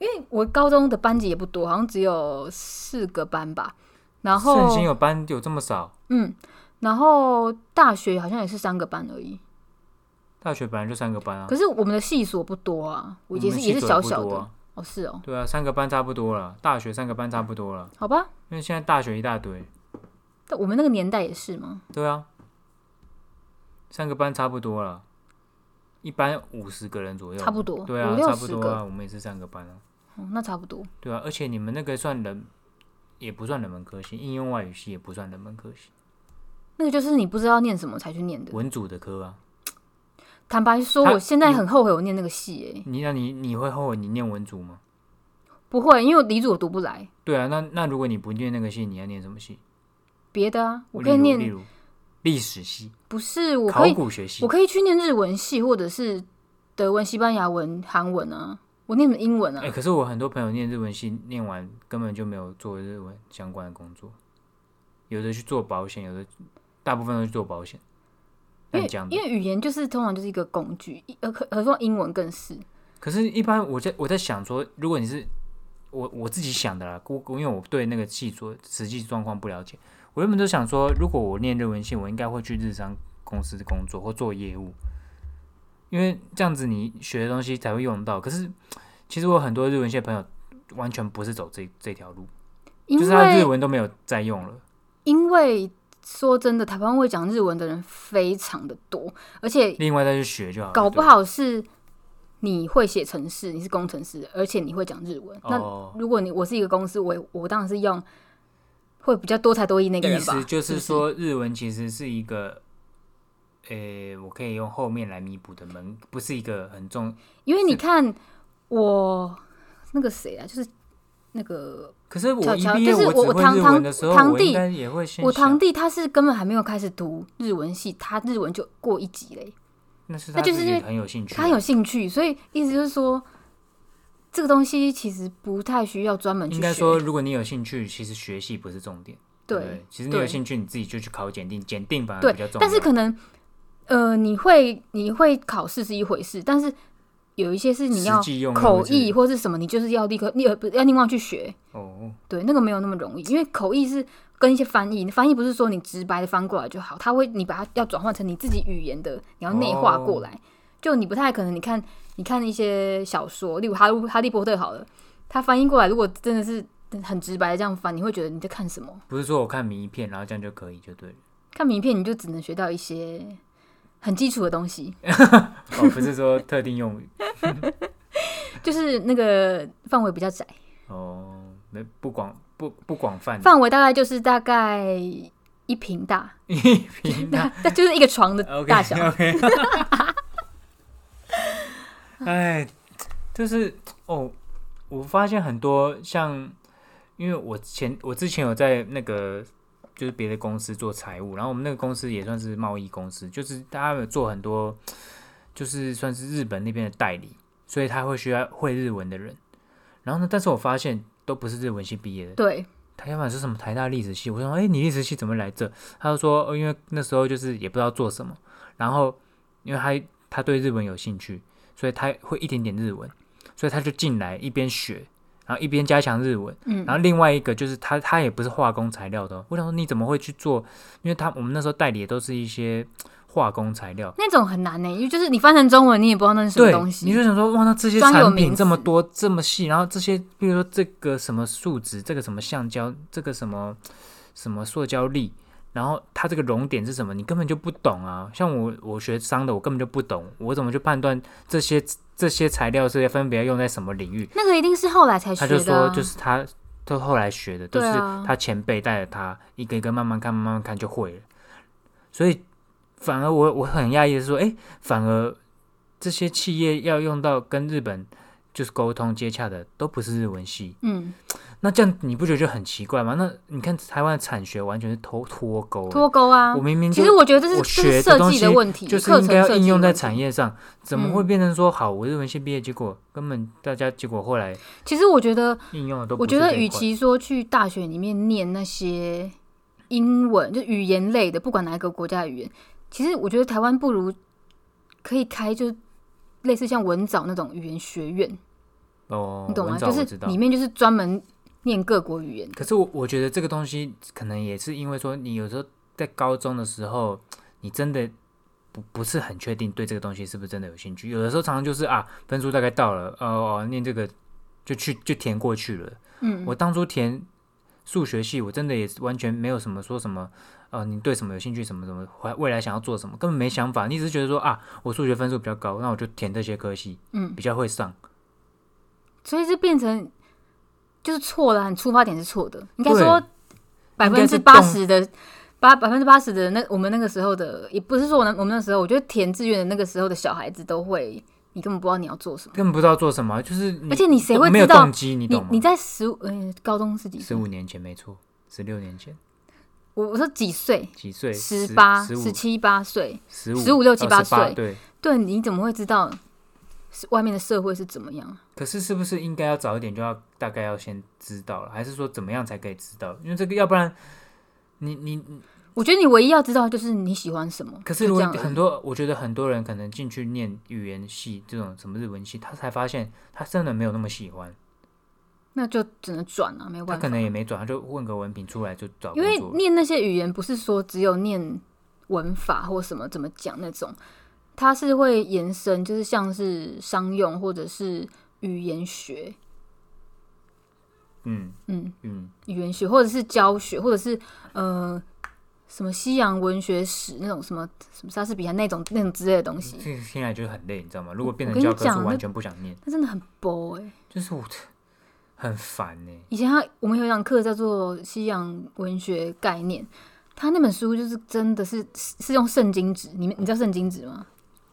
S2: 因为我高中的班级也不多，好像只有四个班吧。然
S1: 圣心
S2: 后，
S1: 有班有这么少？
S2: 嗯，然后大学好像也是三个班而已。
S1: 大学本来就三个班啊
S2: 可，是我们的系所不多啊，我也
S1: 们
S2: 是
S1: 系
S2: 也是
S1: 所
S2: 小
S1: 不
S2: 小
S1: 多
S2: 的、
S1: 啊
S2: 哦，是哦，
S1: 对啊，三个班差不多了，大学三个班差不多了，
S2: 好吧。
S1: 因为现在大学一大堆。
S2: 但我们那个年代也是吗？
S1: 对啊，三个班差不多了，一班五十个人左右，
S2: 差不多，
S1: 对
S2: 五
S1: 啊，
S2: 六
S1: 差不
S2: 十
S1: 多
S2: 个、
S1: 啊，我们也是三个班啊，
S2: 哦，那差不多。
S1: 对啊，而且你们那个算人，也不算冷门科系，应用外语系也不算冷门科系，
S2: 那个就是你不知道念什么才去念的。
S1: 文组的科啊，
S2: 坦白说，
S1: 他
S2: 我现在很后悔我念那个系、欸，
S1: 你那你你会后悔你念文组吗？
S2: 不会，因为理组我读不来，
S1: 对啊，那那如果你不念那个系，你要念什么系？
S2: 别的啊，我
S1: 例
S2: 可以
S1: 如例
S2: 念，
S1: 如历史系、
S2: 不是，我可
S1: 考
S2: 以，
S1: 古学系
S2: 我。可以去念日文系，或者是德文、西班牙文、韩文啊，我念什么英文啊？
S1: 哎、可是我很多朋友念日文系，念完根本就没有做日文相关的工作，有的去做保险，有的大部分都去做保险。
S2: 因
S1: 但
S2: 为
S1: 讲的
S2: 因，为语言就是通常就是一个工具，一呃，可何况英文更是。
S1: 可是，一般我在我在想说，如果你是我我自己想的啦，我我因为我对那个系所实际状况不了解，我原本就想说，如果我念日文系，我应该会去日商公司工作或做业务，因为这样子你学的东西才会用到。可是，其实我有很多日文系的朋友完全不是走这这条路。
S2: 因
S1: 就是他日
S2: 为
S1: 文都没有再用了。
S2: 因为说真的，台湾会讲日文的人非常的多，而且
S1: 另外再去学就好了，
S2: 搞不
S1: 对
S2: 好是你会写程式，你是工程师，而且你会讲日文。那
S1: 哦，
S2: 如果你我是一个公司，我也我当然是用会比较多才多艺那个
S1: 意
S2: 人吧。
S1: 思就是
S2: 不
S1: 说日文其实是一个，诶、我可以用后面来弥补的门，不是一个很重。
S2: 因为你看我那个谁啊，就是那个
S1: 可是我
S2: 巧
S1: 一
S2: 巧
S1: 毕业
S2: 就是
S1: 只
S2: 我我
S1: 会
S2: 堂
S1: 日
S2: 堂
S1: 文的时候，
S2: 堂
S1: 我应
S2: 弟
S1: 该也会先
S2: 我堂
S1: 想，
S2: 弟，他是根本还没有开始读日文系，他日文就过一级嘞，
S1: 那是
S2: 那
S1: 他
S2: 就
S1: 自
S2: 是
S1: 己
S2: 因为
S1: 很有兴趣的，
S2: 他很有兴趣，所以意思就是说，这个东西其实不太需要专门去
S1: 应
S2: 学。
S1: 该说，如果你有兴趣，其实学习不是重点。对不
S2: 哎对
S1: 对，其实你有
S2: 对
S1: 兴趣，你自己就去考检定，检定反而
S2: 对
S1: 比较重要。
S2: 但是可能呃，你会你会考试是一回事，但是有一些是你要
S1: 实际用的
S2: 口
S1: 会是
S2: 译或是什么，你就是要立刻你不要另外去学，
S1: 哦，
S2: 对，那个没有那么容易，因为口译是跟一些翻译，翻译不是说你直白的翻过来就好，它会你把它要转换成你自己语言的，你要内化过来。就你不太可能，你看你看一些小说，例如哈《哈利波特》好了，它翻译过来，如果真的是很直白的这样翻，你会觉得你在看什么？
S1: 不是说我看迷片，然后这样就可以就对了。
S2: 看名片你就只能学到一些很基础的东西，
S1: 哦，不是说特定用语。
S2: 就是那个范围比较窄，
S1: 哦，没不广不不广泛，
S2: 范围大概就是大概一平大，
S1: 一平大
S2: 那就是一个 床的
S1: OK
S2: 大小。
S1: OK，哎，就是哦，我发现很多像因为我前我之前有在那个就是别的公司做财务，然后我们那个公司也算是贸易公司，就是他有做很多就是算是日本那边的代理，所以他会需要会日文的人。然后呢，但是我发现都不是日文系毕业的，
S2: 对，
S1: 他要么是什么台大历史系，我说哎、你历史系怎么来这？他就说、哦、因为那时候就是也不知道做什么，然后因为他他对日文有兴趣，所以他会一点点日文，所以他就进来一边学，然后一边加强日文，
S2: 嗯
S1: 然后另外一个就是他他也不是化工材料的哦、我想说你怎么会去做？因为他我们那时候代理的都是一些化工材料，
S2: 那种很难呢、欸因为就是你翻成中文，你也不知道那是什么
S1: 对
S2: 东，
S1: 你
S2: 西。
S1: 就想说，哇，那这些
S2: 专有
S1: 产
S2: 名
S1: 品这么
S2: 词
S1: 多这么细，然后这些，比如说这个什么树脂，这个什么橡胶，这个什么什么塑胶粒，然后它这个熔点是什么，你根本就不懂啊。像我，我学商的，我根本就不懂，我怎么去判断这些这些材料这些分别要用在什么领域？
S2: 那个一定是后来才
S1: 他
S2: 学的、
S1: 就
S2: 啊。
S1: 说，就是他都后来学的，都
S2: 对
S1: 是
S2: 啊
S1: 他前辈带着他一个一个慢慢看，慢慢看就会了。所以反而我我很讶异的是说，哎、反而这些企业要用到跟日本就是沟通接洽的，都不是日文系。
S2: 嗯，
S1: 那这样你不觉得就很奇怪吗？那你看台湾的产学完全是脱脱钩的，
S2: 脱钩啊
S1: 我。明明
S2: 其
S1: 就
S2: 实我觉得这
S1: 我学
S2: 是这是
S1: 的
S2: 设
S1: 东
S2: 计的
S1: 西
S2: 问题，
S1: 就是应
S2: 课程
S1: 该要
S2: 设
S1: 应
S2: 计
S1: 用在
S2: 的问题嗯
S1: 产业上，怎么会变成说好我日文系毕业，结果根本大家结果后来
S2: 其实我觉得
S1: 应用的都不
S2: 我
S1: 是
S2: 觉得，
S1: 这一
S2: 与
S1: 块
S2: 其说去大学里面念那些英文，就语言类的，不管哪一个国家的语言，其实我觉得台湾不如可以开就是类似像文藻那种语言学院，
S1: 哦，
S2: 你懂吗？啊
S1: 文藻
S2: 就
S1: 我
S2: 是
S1: 知道
S2: 里面就是专门念各国语言。
S1: 可是我我觉得这个东西可能也是因为说，你有时候在高中的时候，你真的不不是很确定对这个东西是不是真的有兴趣。有的时候常常就是啊，分数大概到了，哦哦，念这个就去就填过去了。
S2: 嗯，
S1: 我当初填数学系，我真的也是完全没有什么说什么，呃，你对什么有兴趣，什么什么，未未来想要做什么，根本没想法。你只是觉得说啊，我数学分数比较高，那我就填这些科系，
S2: 嗯
S1: 比较会上。
S2: 所以就变成就是错了，你出发点是错的。应该
S1: 对
S2: 说百
S1: 应该
S2: 分之
S1: 是
S2: 八十的八百分之八十的那我们那个时候的，也不是说我们我们那时候，我觉得填志愿的那个时候的小孩子都会，你根本不知道你要做什么，
S1: 根本不知道做什么，就是你
S2: 而且你谁会
S1: 没有
S2: 知道
S1: 动机，你
S2: 你
S1: 懂吗？
S2: 你在十五呃高中是几
S1: 十
S2: 岁？
S1: 五年前没错，十六年前
S2: 我我说几岁？
S1: 几岁？
S2: 十八、
S1: 十
S2: 十
S1: 五、
S2: 七八岁，
S1: 十五、
S2: 15 16 18岁
S1: 对，
S2: 对，你怎么会知道是外面的社会是怎么样？
S1: 可是是不是应该要早一点就要大概要先知道了？还是说怎么样才可以知道？因为这个，要不然你你，你
S2: 我觉得你唯一要知道的就是你喜欢什么。
S1: 可是
S2: 就
S1: 如果
S2: 这样而已
S1: 很多，我觉得很多人可能进去念语言系这种什么日文系，他才发现他真的没有那么喜欢，
S2: 那就只能转了、没有
S1: 他
S2: 办法
S1: 可。能也没转，他就混个文凭出来就找
S2: 因
S1: 工
S2: 为
S1: 作了。
S2: 念那些语言不是说只有念文法或什么怎么讲那种，它是会延伸，就是像是商用或者是语言学，
S1: 嗯
S2: 嗯，
S1: 嗯，
S2: 语言学或者是教学，或者是呃什么西洋文学史那种什么什么莎士比亚那种那种之类的东西，
S1: 这个听起来就很累，你知道吗？如果变
S2: 我
S1: 成
S2: 跟
S1: 教
S2: 你
S1: 科
S2: 讲
S1: 书，
S2: 那
S1: 完全不想念，
S2: 那真的很 b 哎、欸。
S1: 就是我很烦呢、
S2: 以前他我们有一堂课叫做《西洋文学概念》，他那本书就是真的是是是用圣经纸，你们你知道圣经纸吗？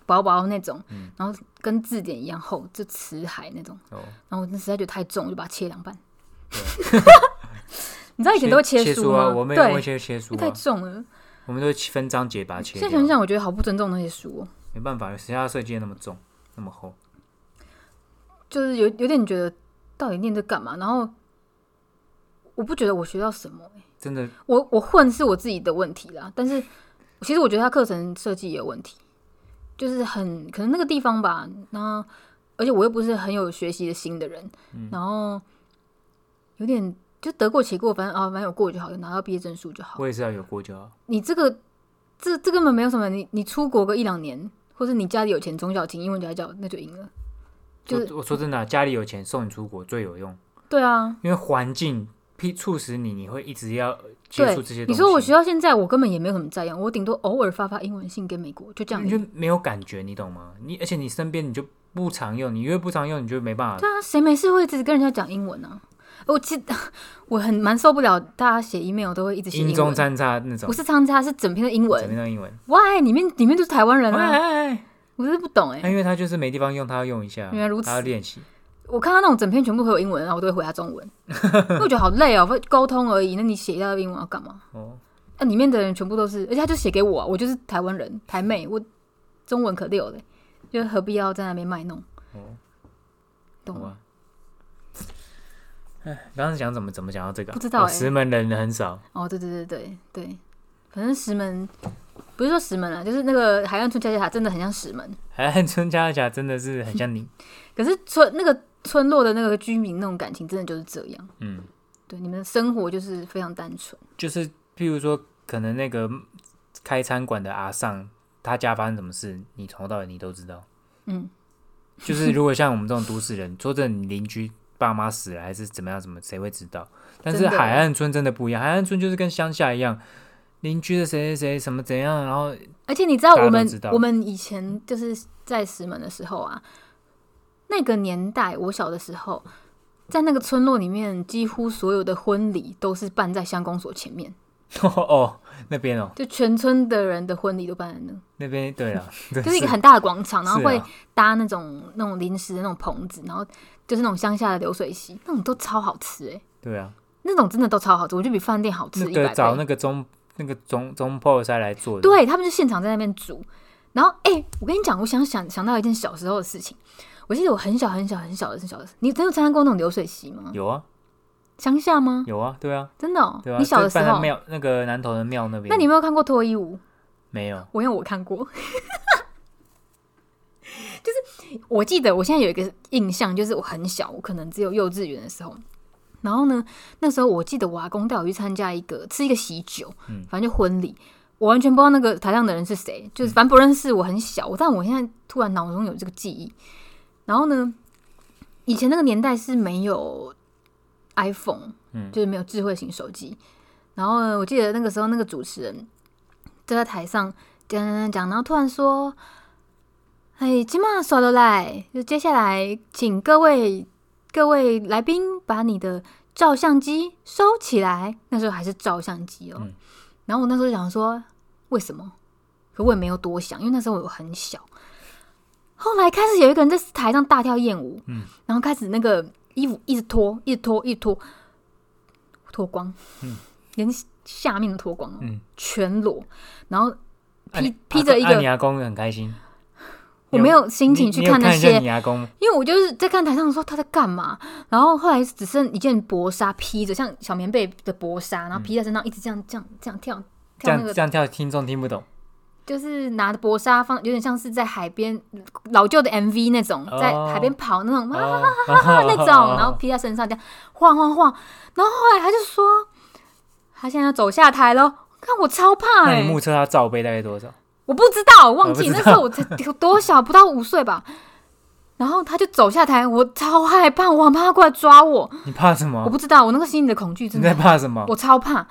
S2: 薄薄那种，
S1: 嗯
S2: 然后跟字典一样厚，就辞海那种。
S1: 哦。
S2: 然后我那实在觉得太重，我就把它切两半。 你知道以前都会
S1: 切
S2: 书吗？
S1: 啊，我们也会
S2: 对，
S1: 切切书
S2: 那太
S1: 啊，
S2: 重了。
S1: 我们都分章节把它切
S2: 现在
S1: 掉。
S2: 想想，我觉得好不尊重那些书哦，
S1: 没办法，谁叫它设计得那么重，那么厚？
S2: 就是有有点觉得到底念这干嘛？然后我不觉得我学到什么、
S1: 真的，
S2: 我我混是我自己的问题啦，但是其实我觉得他课程设计也有问题，就是很可能那个地方吧，那而且我又不是很有学习的心的人，
S1: 嗯
S2: 然后有点就得过且过，反正啊，反正有过就好，有拿到毕业证书就好。
S1: 我也是要有啊过就好。
S2: 你这个这这根本没有什么，你你出国个一两年，或者你家里有钱，从小请英文家教，那就赢了。就是
S1: 我我说真的啊、家里有钱送你出国最有用，
S2: 对啊，
S1: 因为环境逼促使你，你会一直要接
S2: 对
S1: 触这些，
S2: 你
S1: 东西。
S2: 说我学到现在，我根本也没有什么在用，我顶多偶尔发发英文信给美国，就这样而
S1: 你
S2: 已。
S1: 就没有感觉，你懂吗？你而且你身边你就不常用，你越不常用，你就没办法。
S2: 对啊，谁没事会一直跟人家讲英文呢、我其实我很蛮受不了，大家写 email 都会一直写
S1: 英
S2: 英
S1: 中
S2: 文，
S1: 参差那种
S2: 不，是仓差，是整篇的英
S1: 整
S2: 文。
S1: 篇都英文。
S2: Why？里面里面都是台湾人
S1: 哎
S2: 啊，
S1: 哎哎
S2: 我真的不懂哎、
S1: 哎，因为他就是没地方用，他要用一下，
S2: 原来如此
S1: 他要练习。
S2: 我看到那种整篇全部会有英文，然后我都会回他中文，因为我觉得好累哦，沟通而已。那你写一大堆英文要干嘛？
S1: 哦，
S2: 那、里面的人全部都是，而且他就写给我、啊，我就是台湾人，台妹，我中文可溜嘞，就何必要在那边卖弄？
S1: 哦
S2: 懂
S1: 好
S2: 吗
S1: 吧？哎，刚刚讲怎么怎么讲到这个啊？
S2: 嗯不知道
S1: 哦
S2: 欸
S1: 石门人很少，
S2: 哦，对对对对对，反正石门不是说石门啊，就是那个海岸村加加塔真的很像石门，
S1: 海岸村加起来真的是很像 你。
S2: 可是村那个村落的那个居民那种感情真的就是这样。
S1: 嗯，
S2: 对，你们的生活就是非常单纯。
S1: 就是譬如说，可能那个开餐馆的阿尚，他家发生什么事，你从头到尾你都知道。
S2: 嗯，
S1: 就是如果像我们这种都市人，说真的，你邻居爸妈死了还是怎么样，怎么谁会知道？但是
S2: 真的欸
S1: 海岸村真的不一样，海岸村就是跟乡下一样，邻居的谁谁谁什么怎样，然后
S2: 而且你知道
S1: 大家
S2: 我
S1: 都
S2: 们
S1: 知道
S2: 我们以前就是在石门的时候啊，那个年代我小的时候，在那个村落里面，几乎所有的婚礼都是办在乡公所前面，
S1: 哦那边哦
S2: 就全村的人的婚礼都办在那，
S1: 那边对 了，对
S2: 就是一个很大的广场，然后
S1: 是
S2: 会
S1: 啊
S2: 搭那种那种临时的那种棚子，然后就是那种乡下的流水席，那种都超好吃诶、欸
S1: 对啊，
S2: 那种真的都超好吃，我觉得比饭店好吃
S1: 那
S2: 一
S1: 个
S2: 百
S1: 找
S2: 倍
S1: 那。个中那个中中破塞来做的，
S2: 对他们就现场在那边煮。然后，哎、我跟你讲，我想想想到一件小时候的事情。我记得我很小很小很小的很小的时候，你真的参加过那种流水席吗？
S1: 有啊
S2: 乡下吗？
S1: 有啊，对啊
S2: 真的、哦
S1: 对啊，
S2: 你小的时
S1: 就是办在
S2: 候，
S1: 庙那个南头的庙那边，
S2: 那你有没有看过脱衣舞？
S1: 没有？
S2: 我因为我看过， 就是我记得我现在有一个印象，就是我很小，我可能只有幼稚园的时候。然后呢，那时候我记得我阿公带我去参加一个吃一个喜酒，
S1: 嗯
S2: 反正就婚礼，我完全不知道那个台上的人是谁，就是反正不认识。我很小，但我现在突然脑中有这个记忆。然后呢，以前那个年代是没有 iPhone，
S1: 嗯
S2: 就是没有智慧型手机。然后呢，我记得那个时候那个主持人就在台上讲讲讲讲，然后突然说：“哎，今晚耍得来，就接下来请各位各位来宾把你的照相机收起来。”那时候还是照相机哦。
S1: 嗯
S2: 然后我那时候就想说，为什么？可我也没有多想，因为那时候我很小。后来开始有一个人在台上大跳艳舞，
S1: 嗯
S2: 然后开始那个衣服一直脱，一直脱，一直脱，脱光，
S1: 嗯
S2: 连下面都脱光了，
S1: 嗯
S2: 全裸，然后
S1: 啊
S2: 披
S1: 你
S2: 披着一
S1: 啊
S2: 个
S1: 你，阿公很开心，
S2: 我没有心情去
S1: 你你有
S2: 那
S1: 看一下
S2: 些，
S1: 你阿公，
S2: 因为我就是在看台上说他在干嘛，然后后来只剩一件薄纱披着，像小棉被的薄纱，然后披在身上，一直这样这样这样跳
S1: 这
S2: 跳那
S1: 样
S2: 个
S1: 这样跳听众听不懂，
S2: 就是拿着薄纱放，有点像是在海边老旧的 MV 那种，
S1: 哦
S2: 在海边跑那种、啊
S1: 哦
S2: 那种，然后披在身上这样晃晃晃，然后后来他就说他现在要走下台了，看我超怕
S1: 那
S2: 哎、
S1: 你目测他罩杯大概 多少？
S2: 我不知道，我忘
S1: 我
S2: 记
S1: 不
S2: 那
S1: 知道
S2: 时候我才多小，不到五岁吧。然后他就走下台，我超害怕，我很怕他过来抓我，
S1: 你怕什
S2: 我
S1: 么？
S2: 不知道我那个心里的恐惧真
S1: 哦你
S2: 的
S1: 在，怕什么？
S2: 我超怕。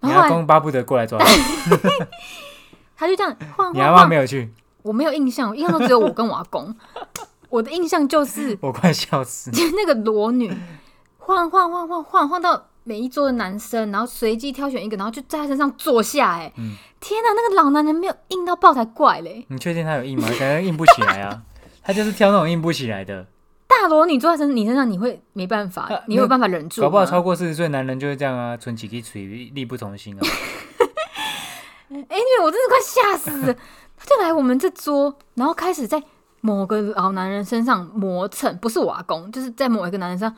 S1: 你
S2: 然后
S1: 阿
S2: 后来
S1: 公巴不得过来抓你，
S2: 他就这样晃
S1: 你阿
S2: 晃
S1: 妈
S2: 晃
S1: 没，有去，
S2: 我没有印象，我印象中只有我跟我阿公。 我的印象 就是
S1: 我快笑死。
S2: 那个裸女晃晃晃晃晃晃到每一桌的男生，然后随机挑选一个，然后就在他身上坐下、哎、
S1: 嗯
S2: 天哪，那个老男人没有硬到爆才怪嘞！
S1: 你确定他有硬吗？感觉硬不起来啊， 他就是跳那种硬不起来的，
S2: 大裸女坐在身你身上，你会没办法，
S1: 啊
S2: 你有办法忍住吗？
S1: 搞不好超过四十岁男人就会这样啊，存几滴水力不从心啊。
S2: 哎、因为我真的快吓死了。 他就来我们这桌，然后开始在某个老男人身上磨蹭，不是我阿公，就是在某一个男人身上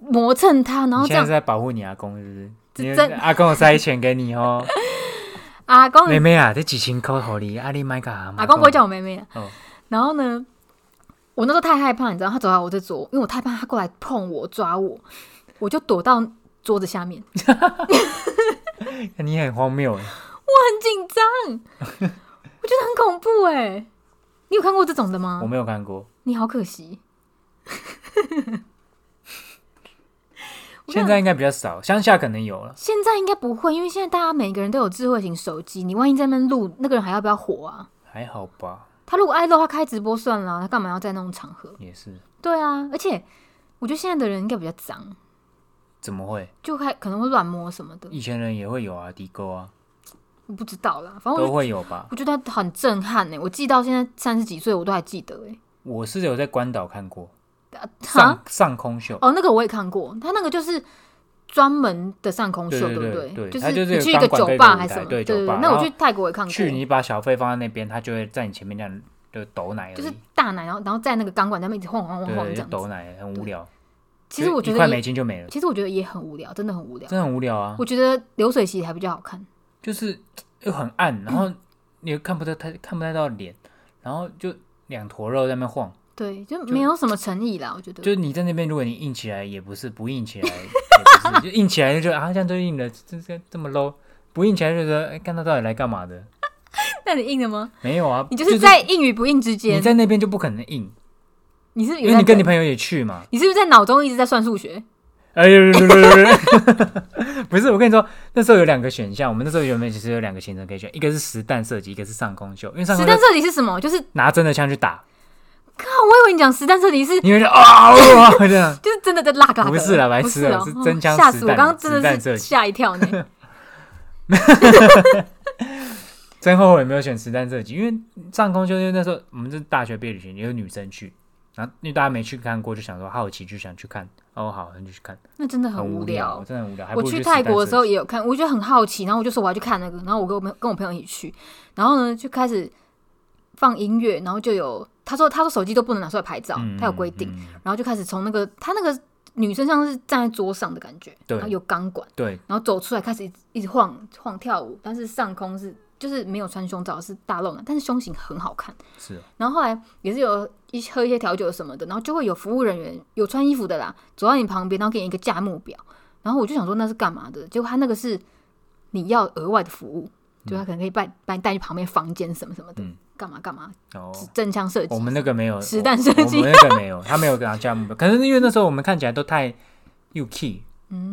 S2: 磨蹭他，然后
S1: 你
S2: 这
S1: 现在
S2: 样
S1: 是在保护你阿公是不是？你
S2: 真
S1: 阿公有塞钱给你 哦，
S2: 阿公
S1: 妹妹啊，这几千块给你，阿你买个阿
S2: 阿公不会叫我妹妹、啊。
S1: 哦
S2: 然后呢，我那时候太害怕，你知道，他走到我这桌，因为我太怕他过来碰我、抓我，我就躲到桌子下 面，我
S1: 你很荒谬哎，
S2: 嗯很紧张，我觉得很恐怖哎、你有看过这种的吗
S1: 我？没有看过。
S2: 你好可惜，我
S1: 现在应该比较少，乡下可能有了。
S2: 现在应该不会，因为现在大家每个人都有智慧型手机，你万一在那边录，那个人还要不要活啊？
S1: 还好吧，
S2: 他如果爱露，他开直播算了啊、他干嘛要在那种场合？
S1: 也是，
S2: 对啊，而且我觉得现在的人应该比较脏，
S1: 怎么会？
S2: 就还可能会乱摸什么的，
S1: 以前人也会有啊，地沟啊，
S2: 我不知道啦。反正我
S1: 都
S2: 就
S1: 会有吧。
S2: 我觉得欸很震撼呢、我记到现在三十几岁，我都还记得哎、
S1: 我是有在关岛看过，上上空秀，
S2: 哦，那个我也看过，他那个就是专门的上空秀，
S1: 对对
S2: 不
S1: 对对
S2: 就
S1: 它就是
S2: 你
S1: 有
S2: 去一个
S1: 钢管
S2: 酒
S1: 跟一个
S2: 吧
S1: 舞
S2: 还是什
S1: 台
S2: 么？
S1: 对
S2: 对
S1: 酒
S2: 对
S1: 吧
S2: 对，那
S1: 然
S2: 我
S1: 后
S2: 去泰国也看过，
S1: 去你把小费放在那边，他就会在你前面这样就抖奶而已，
S2: 就是大奶，然后然后在那个钢管那边一直晃晃晃晃
S1: 对，
S2: 这
S1: 就
S2: 样
S1: 抖
S2: 子。
S1: 奶很无聊。
S2: 其实我觉
S1: 就一块
S2: 得
S1: 美
S2: 也，
S1: 金就没了，
S2: 其实我觉得也很无聊，真的很无聊。
S1: 真的很无聊啊
S2: 我。觉得流水席还比较好看。
S1: 就是又很暗，然
S2: 嗯
S1: 后你又看不到太看不太到脸，然后就两坨肉在那边晃。
S2: 对，就没有什么诚意啦，我觉
S1: 就
S2: 得。
S1: 是你在那边，如果你硬起来也不是，不硬起来 也不是，就硬起来就啊，这样就硬了，这这这么 low。不硬起来就觉得，哎、看他到底来干嘛的？
S2: 那你硬了吗？
S1: 没有啊，
S2: 你就
S1: 就是
S2: 在硬与不硬之
S1: 你
S2: 间，
S1: 在那边就不可能硬，
S2: 你是不是
S1: 因
S2: 有
S1: 为
S2: 在
S1: 你跟你朋友也去嘛。
S2: 你是不是在脑中一直在算数学？
S1: 哎呦，不是，不是，我 跟你说，那时候有两个选项，我们那时候原本其实有两个行程可以选，一个是实弹射击，一个是上空秀，因为上
S2: 实
S1: 空
S2: 弹
S1: 秀
S2: 射击是什么？就是
S1: 拿真的枪去打，
S2: 看，我以为你讲实弹射击是
S1: 你们就啊哇这样。
S2: 就是真的在辣嘎的，
S1: 不是啦白痴
S2: 不是
S1: 了
S2: 哦
S1: 是真枪
S2: 哦吓
S1: 实
S2: 死我！
S1: 弹
S2: 刚刚真
S1: 实弹
S2: 的
S1: 射
S2: 是
S1: 击
S2: 吓一跳呢。
S1: 真后悔没有选实弹射击，因为上空就是那时候我们是大学毕业旅行，也有女生去，然后因为大家没去看过，就想说好奇就想去看，哦好，那就去看，
S2: 那真的很
S1: 无
S2: 无聊。
S1: 真的很无聊。还不啊如
S2: 我去
S1: 实
S2: 泰
S1: 弹
S2: 国的
S1: 射
S2: 时候
S1: 击，
S2: 也有看，我就很好奇，然后我就说我要去看那个，然后我跟我朋跟我朋友一起去，然后呢就开始放音乐，然后就有他说他说手机都不能拿出来拍照，
S1: 嗯
S2: 他有规定，，
S1: 嗯嗯
S2: 然后就开始从那个他那个女生像是站在桌上的感觉，
S1: 对
S2: 然后有钢管，
S1: 对，
S2: 然后走出来开始一直一直晃晃跳舞，但是上空是就是没有穿胸罩是大露奶，但是胸型很好看。
S1: 是哦
S2: 然后后来也是有一喝一些调酒什么的，然后就会有服务人员有穿衣服的啦，走到你旁边，然后给你一个价目表，然后我就想说那是干嘛的？结果他那个是你要额外的服务，就他可能可以把把你带去旁边房间什么什么的，
S1: 嗯
S2: 干嘛干嘛，
S1: 哦。
S2: 正向设计。
S1: 我们那个没 有
S2: 实弹射击
S1: 我们那个没有，他没有给他加目标，可是因为那时候我们看起来都太又 key，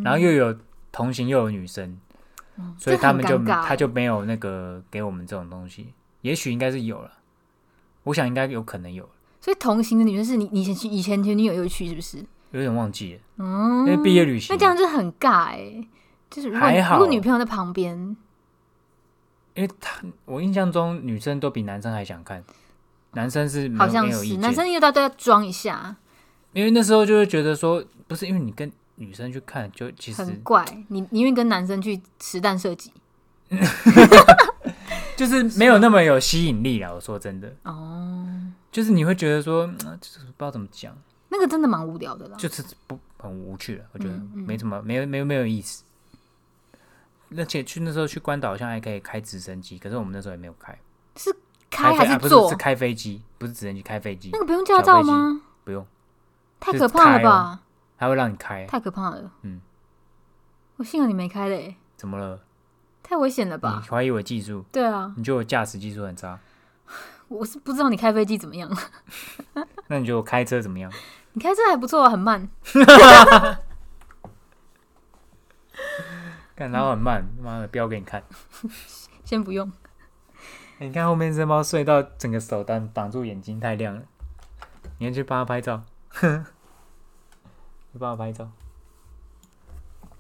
S1: 然后又有同行又有女生，
S2: 嗯
S1: 所以他们
S2: 这
S1: 就
S2: 很尴尬
S1: 他就没有那个给我们这种东西，也许应该是有了，我想应该有可能有，
S2: 所以同行的女生是你你以前以前前女友有去是不是？
S1: 有点忘记了，因
S2: 嗯，
S1: 为毕业旅行
S2: 那
S1: 嘛，
S2: 这样就很尬哎、就是如果
S1: 还好
S2: 如果女朋友在旁边，
S1: 因为他我印象中女生都比男生还想看，男生是没有
S2: 好像
S1: 没有意
S2: 是
S1: 见，
S2: 男生又到都要装一下，
S1: 因为那时候就会觉得说，不是因为你跟女生去看，就其实
S2: 很怪。你宁愿跟男生去实弹射击
S1: 就是没有那么有吸引力了。我说真的，
S2: 哦，
S1: 就是你会觉得说，嗯就是不知道怎么讲，
S2: 那个真的蛮无聊的啦。
S1: 就是不很无趣啊了，我觉得
S2: 嗯嗯
S1: 没什么，没有没有没有意思。而且去那时候去关岛好像还可以开直升机，可是我们那时候也没有开，
S2: 开
S1: 飞
S2: 还
S1: 啊不是
S2: 坐
S1: 是？开飞机，不是直升机，开飞机
S2: 那个不用驾照吗？
S1: 不用，
S2: 太可怕了吧！
S1: 还会让你开，
S2: 太可怕了。
S1: 啊嗯，
S2: 我幸好你没开嘞、
S1: 怎么了？
S2: 太危险了
S1: 你
S2: 吧？
S1: 怀疑我技术？
S2: 对啊，
S1: 你觉得我驾驶技术很差？
S2: 我是不知道你开飞机怎么样。
S1: 那你觉得我开车怎么样？
S2: 你开车还不错啊，很慢。
S1: 看，然后很慢，妈的，飙给你看。
S2: 先不用，
S1: 欸你看后面这猫睡到整个手挡挡住眼睛，太亮了。你要去帮它拍照， 你帮它拍照。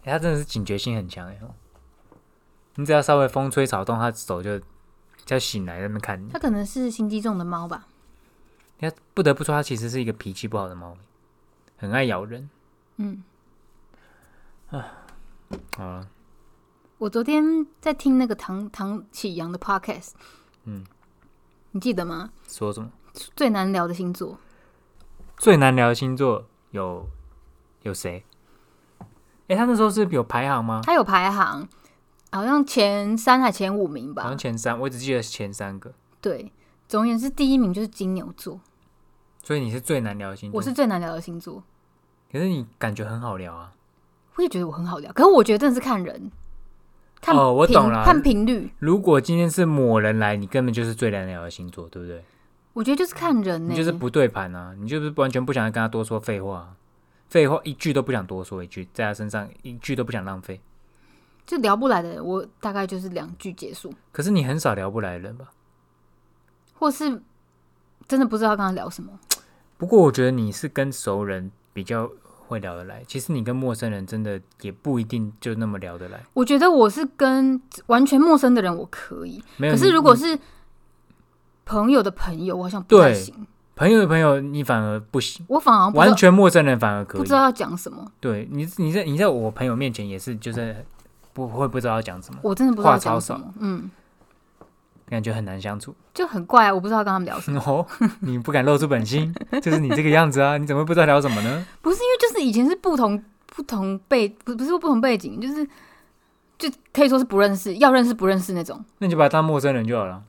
S1: 欸它真的是警觉性很强哎、哦你只要稍微风吹草动，它手就就醒来在那边看你
S2: 它。可能是心机重的猫吧。
S1: 你看，不得不说，它其实是一个脾气不好的猫，很爱咬人。
S2: 嗯，
S1: 好了，
S2: 我昨天在听那个唐唐启阳的 podcast，
S1: 嗯，
S2: 你记得吗？
S1: 说什么？
S2: 最难聊的星座，
S1: 最难聊的星座有有谁？哎、他那时候是有排行吗？
S2: 它有排行，好像前三还前五名
S1: 好
S2: 吧
S1: 像。前三，我只记得前三个。
S2: 对，总而言之，第一名就是金牛座，
S1: 所以你是最难聊的星座，
S2: 我是最难聊的星座。
S1: 可是你感觉很好聊啊。
S2: 我也觉得我很好聊，可是我觉得真的是看人，看
S1: 哦我
S2: 频
S1: 懂啦
S2: 看频率，
S1: 如果今天是某人来，你根本就是最难聊的星座，对不对？
S2: 我觉得就是看人呢、
S1: 你就是不对盘啊，你就是完全不想跟他多说废话啊、废话一句都不想多说一句，在他身上一句都不想浪费。
S2: 就聊不来的人，我大概就是两句结束，
S1: 可是你很少聊不来的人吧？
S2: 或是真的不知道跟他聊什么。
S1: 不过我觉得你是跟熟人比较会聊得来，其实你跟陌生人真的也不一定就那么聊得来。
S2: 我觉得我是跟完全陌生的人我可以，
S1: 没有，
S2: 可
S1: 你
S2: 是如果是朋友的朋友，我好像不太
S1: 对
S2: 行。
S1: 朋友的朋友你反而不行，
S2: 我反而哦不知
S1: 完
S2: 道
S1: 全陌生人反而可
S2: 不
S1: 以
S2: 知。道要讲什么，
S1: 对你，你在你在我朋友面前也是，就是不会不知道要讲什么，
S2: 我真的不知道
S1: 话
S2: 讲
S1: 超
S2: 什么，嗯，
S1: 感觉很难相处。
S2: 就很怪、啊，我不知道跟他们聊什么。
S1: 哦，你不敢露出本 心，就是你这个样子啊！你怎么会不知道聊什么呢？
S2: 不是因为就是以前是不同不同背，不不是说不同背景，就是就可以说是不认识，要认识不认识那种，
S1: 那你就把他当陌生人就好了。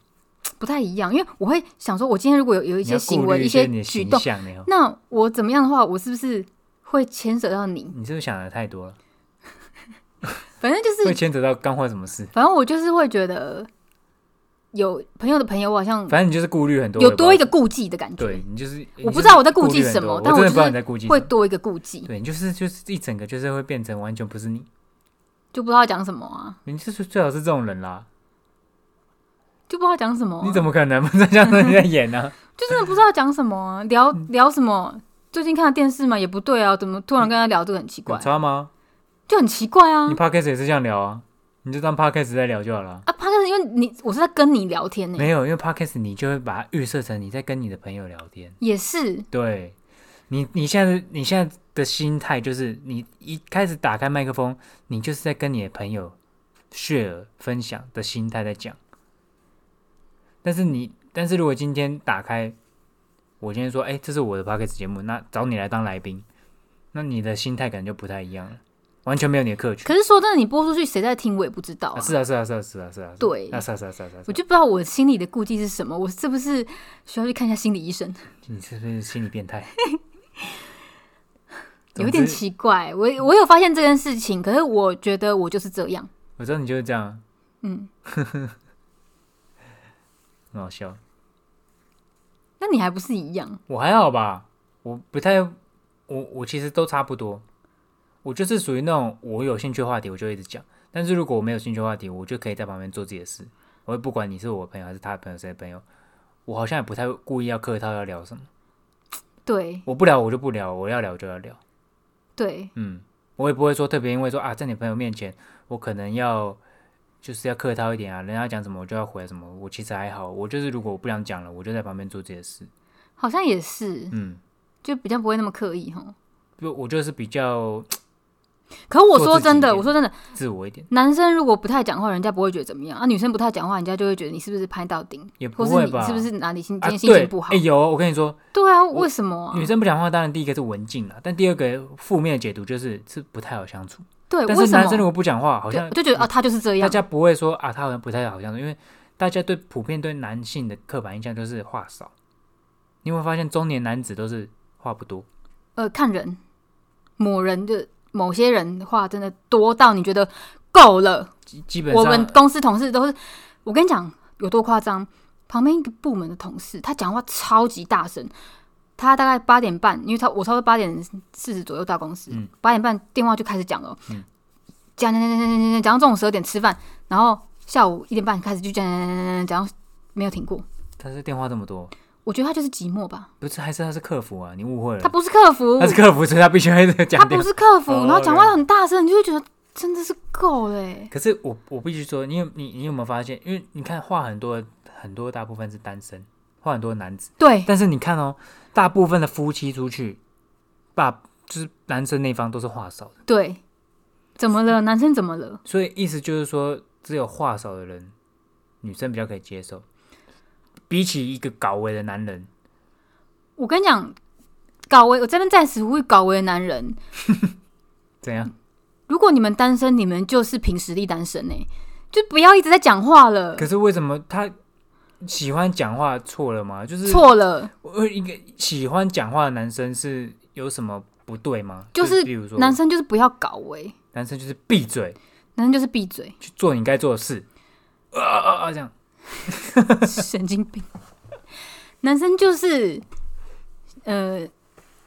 S2: 不太一样。因为我会想说，我今天如果有有一
S1: 你
S2: 些
S1: 要
S2: 行
S1: 顾
S2: 为、
S1: 虑一
S2: 些
S1: 你的
S2: 举
S1: 形
S2: 动，
S1: 象，你哦
S2: 那我怎么样的话，我是不是会牵扯到你？
S1: 你是不是想的太多了？
S2: 反正就是
S1: 会牵扯到干坏什么事？
S2: 反正我就是会觉得有朋友的朋友，我好像
S1: 反正你就是顾虑很多，
S2: 有
S1: 我也不知道
S2: 多一个顾忌的感
S1: 对
S2: 觉，
S1: 你就是
S2: 我不知道我在顾忌
S1: 虑很
S2: 什
S1: 多
S2: 么
S1: 我
S2: 但
S1: 真
S2: 我
S1: 的不
S2: 就
S1: 知道
S2: 是
S1: 你在顾忌
S2: 会
S1: 什么。
S2: 多一个顾忌，
S1: 对你就是就是一整个就是会变成完全不是你，
S2: 就不知道讲什么啊，
S1: 你就是最好是这种人啦。
S2: 就不知道讲什么啊、
S1: 你怎么可能不是这样的人在演呢、
S2: 就真的不知道讲什么
S1: 嗯
S2: 啊，聊聊什么？最近看的电视嘛，也不对啊，怎么突然跟他聊这个很奇
S1: 有
S2: 怪，
S1: 差吗？
S2: 就很奇怪啊
S1: 嗯你 podcast 也是这样聊啊，你就当 podcast 在聊就好了。
S2: 啊！他就是因为你，我是在跟你聊天呢、
S1: 没有，因为 podcast 你就会把它预设成你在跟你的朋友聊天。
S2: 也是
S1: 对，你你现在你现在的心态就是，你一开始打开麦克风，你就是在跟你的朋友 share 分享的心态在讲。但是你，但是如果今天打开，我今天说，哎、这是我的 podcast 节目，那找你来当来宾，那你的心态可能就不太一样了，完全没有你的客群。
S2: 可是说真的，你播出去谁在听，我也不知道
S1: 啊是啊，是啊，是啊，是啊，是啊，
S2: 对
S1: 那是啊，是啊，是啊，是啊。
S2: 我就不知道我心里的顾忌是什么，我是不是需要去看一下心理医生？
S1: 你是不是心理变态？
S2: 有一点
S1: 总之
S2: 奇怪，我我有发现这件事情，可是我觉得我就是这样，
S1: 我知道你就是这样，
S2: 嗯，
S1: 很好笑。
S2: 那你还不是一样？
S1: 我还好吧，我不太，我我其实都差不多。我就是属于那种我有兴趣的话题我就一直讲，但是如果我没有兴趣的话题，我就可以在旁边做自己的事。我也不管你是我的朋友还是他的朋友谁的朋友，我好像也不太故意要客套要聊什么。
S2: 对
S1: 我不聊我就不聊，我要聊就要聊。
S2: 对，
S1: 嗯，我也不会说特别因为说啊，在你朋友面前，我可能要就是要客套一点啊，人家讲什么我就要回什么。我其实还好，我就是如果我不想讲了，我就在旁边做自己的事。
S2: 好像也是，
S1: 嗯，
S2: 就比较不会那么刻意哈。
S1: 就我就是比较
S2: 可我
S1: 做
S2: 说
S1: 自己
S2: 真
S1: 一
S2: 的，
S1: 点
S2: 我说真的，
S1: 自我一点。
S2: 男生如果不太讲话，人家不会觉得怎么样啊；女生不太讲话，人家就会觉得你是不是拍到顶，
S1: 也不
S2: 或是
S1: 会
S2: 你
S1: 吧？
S2: 是不是哪里心
S1: 啊
S2: 今天心情
S1: 对
S2: 不好？
S1: 哎、嗯有，我跟你说，
S2: 对啊，为什么啊
S1: 女？生不讲话，当然第一个是文静啦，但第二个负面的解读就是是不太好相处。
S2: 对，
S1: 但
S2: 为
S1: 是
S2: 什
S1: 男生如
S2: 么？
S1: 果不讲话，好
S2: 对，
S1: 像
S2: 我就觉得啊，他就是这
S1: 大
S2: 样，
S1: 家不会说啊，他好像不太好相处，因为大家对普遍对男性的刻板印象就是话少。你会发现中年男子都是话不多，
S2: 呃，看人，某人的某些人的话，真的多到你觉得够了。
S1: 基基本
S2: 我们
S1: 上
S2: 公司同事都是，我跟你讲有多夸张。旁边一个部门的同事，他讲话超级大声。他大概八点半，因为他我差不多八点四十左右到公司
S1: 嗯，
S2: 八、点半电话就开始讲了
S1: 嗯，
S2: 讲讲讲讲讲讲讲到中午十二点吃饭，然后下午一点半开始就讲讲讲讲讲讲，没有停过。
S1: 他是电话这么多，
S2: 我觉得他就是寂寞吧，
S1: 不是还是他是客服啊？你误会了，
S2: 他不是客服
S1: 他，是客服，所以他必须要一直
S2: 他
S1: 讲电话。
S2: 不是客服，
S1: 哦
S2: 然后讲话很大声，你就会觉得真的是够了欸、
S1: 可是我我必须说，你有你你有没有发现？因为你看话很多很多大部分是单身，话很多的男子。
S2: 对
S1: 但是你看哦，大部分的夫妻出去，爸就是男生那方都是话少的，
S2: 对，怎么了？男生怎么了？
S1: 所以意思就是说，只有话少的人，女生比较可以接受。比起一个搞维的男人，
S2: 我跟你讲，搞为我这边暂时呼吁搞为的男人，
S1: 怎
S2: 嗯
S1: 样？
S2: 如果你们单身，你们就是凭实力单身呢、欸就不要一直在讲话了
S1: 可，是为什么他喜欢讲话错了吗？就是
S2: 错了，
S1: 呃，一个喜欢讲话的男生是有什么不对吗？
S2: 就是
S1: 比如说，
S2: 男生就是不要搞为，
S1: 男生就是闭嘴，
S2: 男生就是闭嘴，
S1: 去做你该做的事，啊啊啊这样。
S2: 神经病，男生就是呃，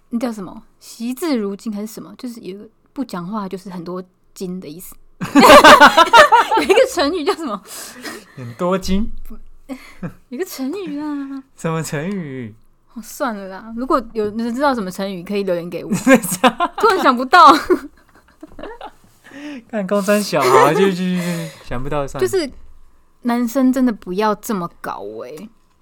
S2: 那叫什么？惜字如金还是什么？就是有一个不讲话就是很多金的意思。 有一个成语叫什么？
S1: 很多金，
S2: 有一个成语啊，
S1: 什么成语？
S2: 哦，算了啦。如果有
S1: 嗯
S2: 人知道什么成语，可以留言 给我。
S1: 啊
S2: 突然想不到，
S1: 看高三小啊，就就就就想不到上，
S2: 就是男生真的不要这么搞哎、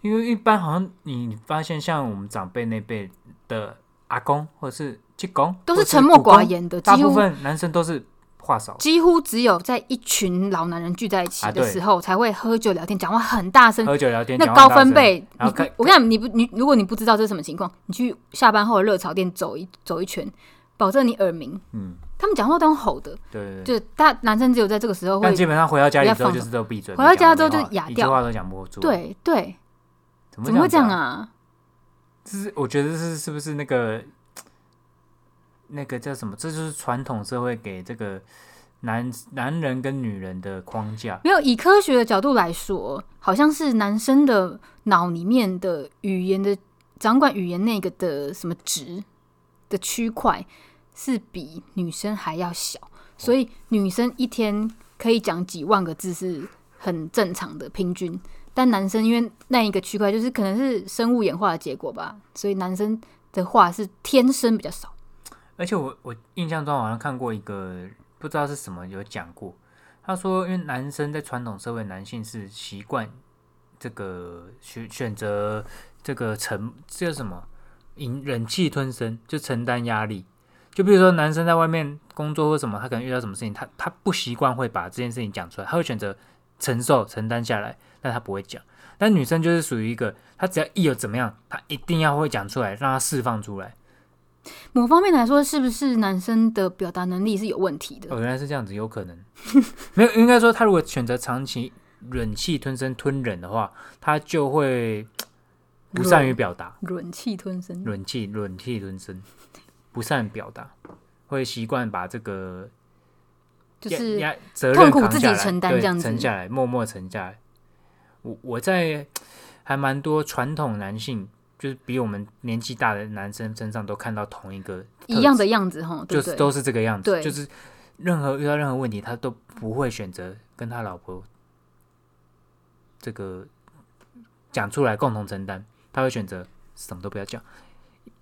S1: 因因为一般好像你发现像我们长辈那辈的阿公或者是舅公，
S2: 都
S1: 或
S2: 是
S1: 者
S2: 沉默
S1: 姑公
S2: 寡，言的，
S1: 大
S2: 几
S1: 部
S2: 乎
S1: 分男生都是话少，
S2: 几乎只有在一群老男人聚在一起
S1: 啊
S2: 的
S1: 对
S2: 时候，才会喝酒聊天，讲话很大声。
S1: 喝酒聊天，
S2: 那
S1: 讲话
S2: 高
S1: 大
S2: 分
S1: 声，
S2: 贝，
S1: 然
S2: 你
S1: 后看
S2: 我跟你讲，你不你如果你不知道这是什么情况，你去下班后的热炒店走一走一圈，保证你耳鸣。
S1: 嗯，
S2: 他们讲话都用吼的，
S1: 对对对。
S2: 就是大男生只有在这个时候会
S1: 但基本上回到家里
S2: 比较
S1: 之后
S2: 放
S1: 就是都闭嘴，
S2: 回到家之
S1: 没
S2: 后
S1: 讲话
S2: 就哑
S1: 一句
S2: 掉
S1: 话都讲不出。，
S2: 对对，
S1: 怎
S2: 怎么会
S1: 这
S2: 这样
S1: 样子？
S2: 啊？
S1: 这是我觉得这是是不是那个那个叫什么？这就是传统社会给这个男男人跟女人的框架。
S2: 没有，以科学的角度来说，好像是男生的脑里面的语言的掌管语言那个的什么值的区块是比女生还要小，所以女生一天可以讲几万个字是很正常的平均。但男生因为那一个区块就是可能是生物演化的结果吧，所以男生的话是天生比较少。
S1: 而且我我印象中好像看过一个不知道是什么有讲过，他说因为男生在传统社会，男性是习惯这个选选择这个承这个什么隐忍气吞声，就承担压力。就比如说男生在外面工作或什么，他可能遇到什么事情，他他不习惯会把这件事情讲出来，他会选择承受承担下来，但他不会讲。但女生就是属于一个，她只要一有怎么样，她一定要会讲出来，让她释放出来。
S2: 某方面来说，是不是男生的表达能力是有问题的？
S1: 哦，原来是这样子，有可能 没有，应该说他如果选择长期忍气吞声、吞忍的话，他就会不善于表达，
S2: 忍气吞声。
S1: 忍气忍气吞声，不善表达，会习惯把这个
S2: 就是
S1: 压压责
S2: 痛
S1: 任
S2: 苦
S1: 扛
S2: 自己
S1: 下来
S2: 承担
S1: 对
S2: 这样子
S1: 沉下来，默默沉下来。我我在还蛮多传统男性，就是比我们年纪大的男生身上都看到同一个
S2: 一样的样子哈，对
S1: 就
S2: 不
S1: 是
S2: 对？
S1: 都是这个样子，
S2: 对
S1: 就是任何遇到任何问题，他都不会选择跟他老婆这个讲出来共同承担，他会选择什么都不要讲。